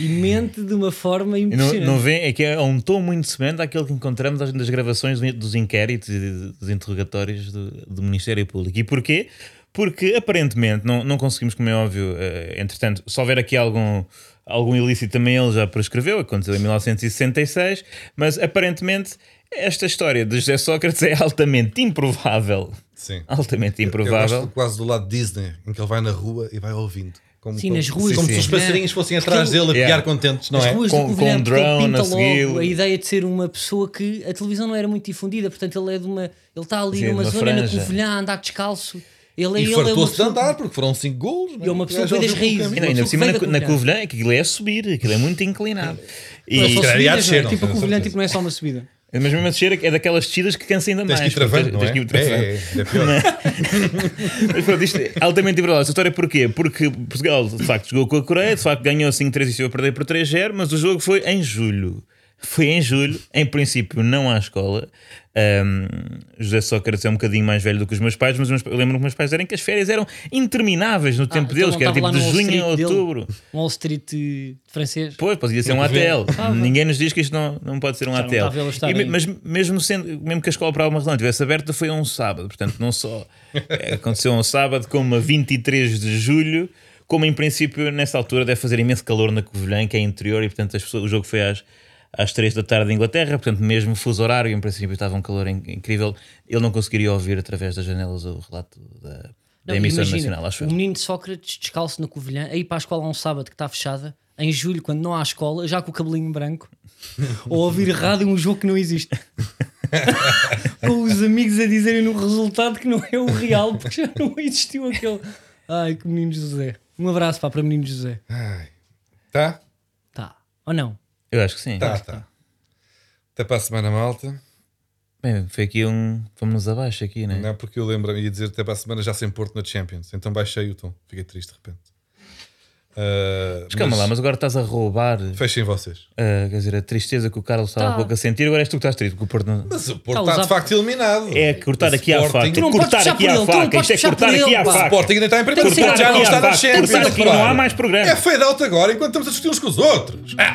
e mente de uma forma E Não, impressionante. não vê? É que é um tom muito semelhante àquele que encontramos às- nas gravações do- dos inquéritos e de- dos interrogatórios do, do Ministério Público. E porquê? Porque aparentemente não, não conseguimos, como é óbvio, eh, entretanto, se houver aqui algum, algum ilícito também ele já prescreveu, aconteceu em 1966, mas aparentemente esta história de José Sócrates é altamente improvável. Sim. Altamente Eu gosto É improvável. quase do lado Disney, em que ele vai na rua e vai ouvindo. Como, Sim, como- nas ruas. Como se Sim, os sim. passarinhos fossem atrás dele a Yeah. piar contentes, não As é? ruas do Com- com Covilhã, um porque ele drone pinta a logo segui-lo. a ideia de ser uma pessoa que a televisão não era muito difundida, portanto ele é de uma. Ele está ali Sim, numa numa zona franja. na Covilhã a andar descalço. Ele, é- E ele é uma fartou-se de pessoa- andar, porque foram 5 golos. não E é uma O pessoa gajo que vê já das viu o raízes. Ainda, Uma caminho. ainda por pessoa cima que na, veio da na Covilhã. Covilhã, é que aquilo é a subir, aquilo é muito inclinado. Só E, se calhar ia subidas, descer, é, não tipo sei, a Covilhã certeza. tipo, não é só uma subida. Mas mesmo a descer é daquelas descidas que cansa ainda Tens mais. que ir travando, Tens- não tens é? que ir travando. É, é, é, é pior. Mas pronto, isto é altamente improvável. Esta história porquê? Porque Portugal, de facto, jogou com a Coreia, de facto, ganhou 5-3 e saiu a perder por 3-0, mas o jogo foi em julho. Foi em julho, em princípio, não à escola. Ahm, José Sócrates é um bocadinho mais velho do que os meus pais, mas os meus- eu lembro que os meus pais eram que as férias eram intermináveis no tempo então deles, que era ele tipo estava de lá no Wall junho a Street dele. outubro. Um Wall Street eh, francês. Pois, podia ser um ATL. Ninguém nos diz que isto não, não pode ser um Ah, Já não ATL. estava ele a estar E me- aí. mas mesmo, sendo, mesmo que a escola para alguma razão estivesse aberta, foi a um sábado. Portanto, não só eh, aconteceu a um sábado, como a 23 de julho, como em princípio, nessa altura, deve fazer imenso calor na Covilhã, que é interior, e portanto as pessoas- o jogo foi às, às 3 da tarde em Inglaterra, portanto, mesmo fuso horário, em princípio estava um calor in- incrível. Ele não conseguiria ouvir através das janelas o relato da, da Não, emissora imagina, nacional, acho O eu. menino de Sócrates descalço na Covilhã, aí para a escola há um sábado que está fechada, em julho, quando não há escola, já com o cabelinho branco, ou ouvir rádio um jogo que não existe. com os amigos a dizerem no resultado que não é o real, porque já não existiu aquele. Ai, que menino José. Um abraço pá, para menino José. Ai. Tá? Tá. Ou não? Eu acho que sim. Tá, tá. Até para a semana, malta. Bem, foi aqui um. Fomos-nos abaixo aqui, né? Não, porque eu lembro, ia dizer até para a semana já sem Porto na Champions. Então baixei o tom. Fiquei triste de repente. Ah, Mas calma lá, mas agora estás a roubar Fechem vocês. ah, quer dizer, a tristeza que o Carlos estava há Tá. pouco a sentir. Agora és tu que estás triste, porque o Porto não. Mas o Porto Carlos, está há- de facto eliminado. É cortar O aqui à faca. Sporting- Tu não podes Cortar puxar aqui por à ele, tu não faca. Isto é podes puxar cortar por aqui ele, à pá. O faca. Sporting ainda está em primeiro. O Tem que Porto ser já não aqui à está na vaca. Champions. Cortar aqui, pá. não há mais programa. É fade out agora enquanto estamos a discutir uns com os outros. Ah!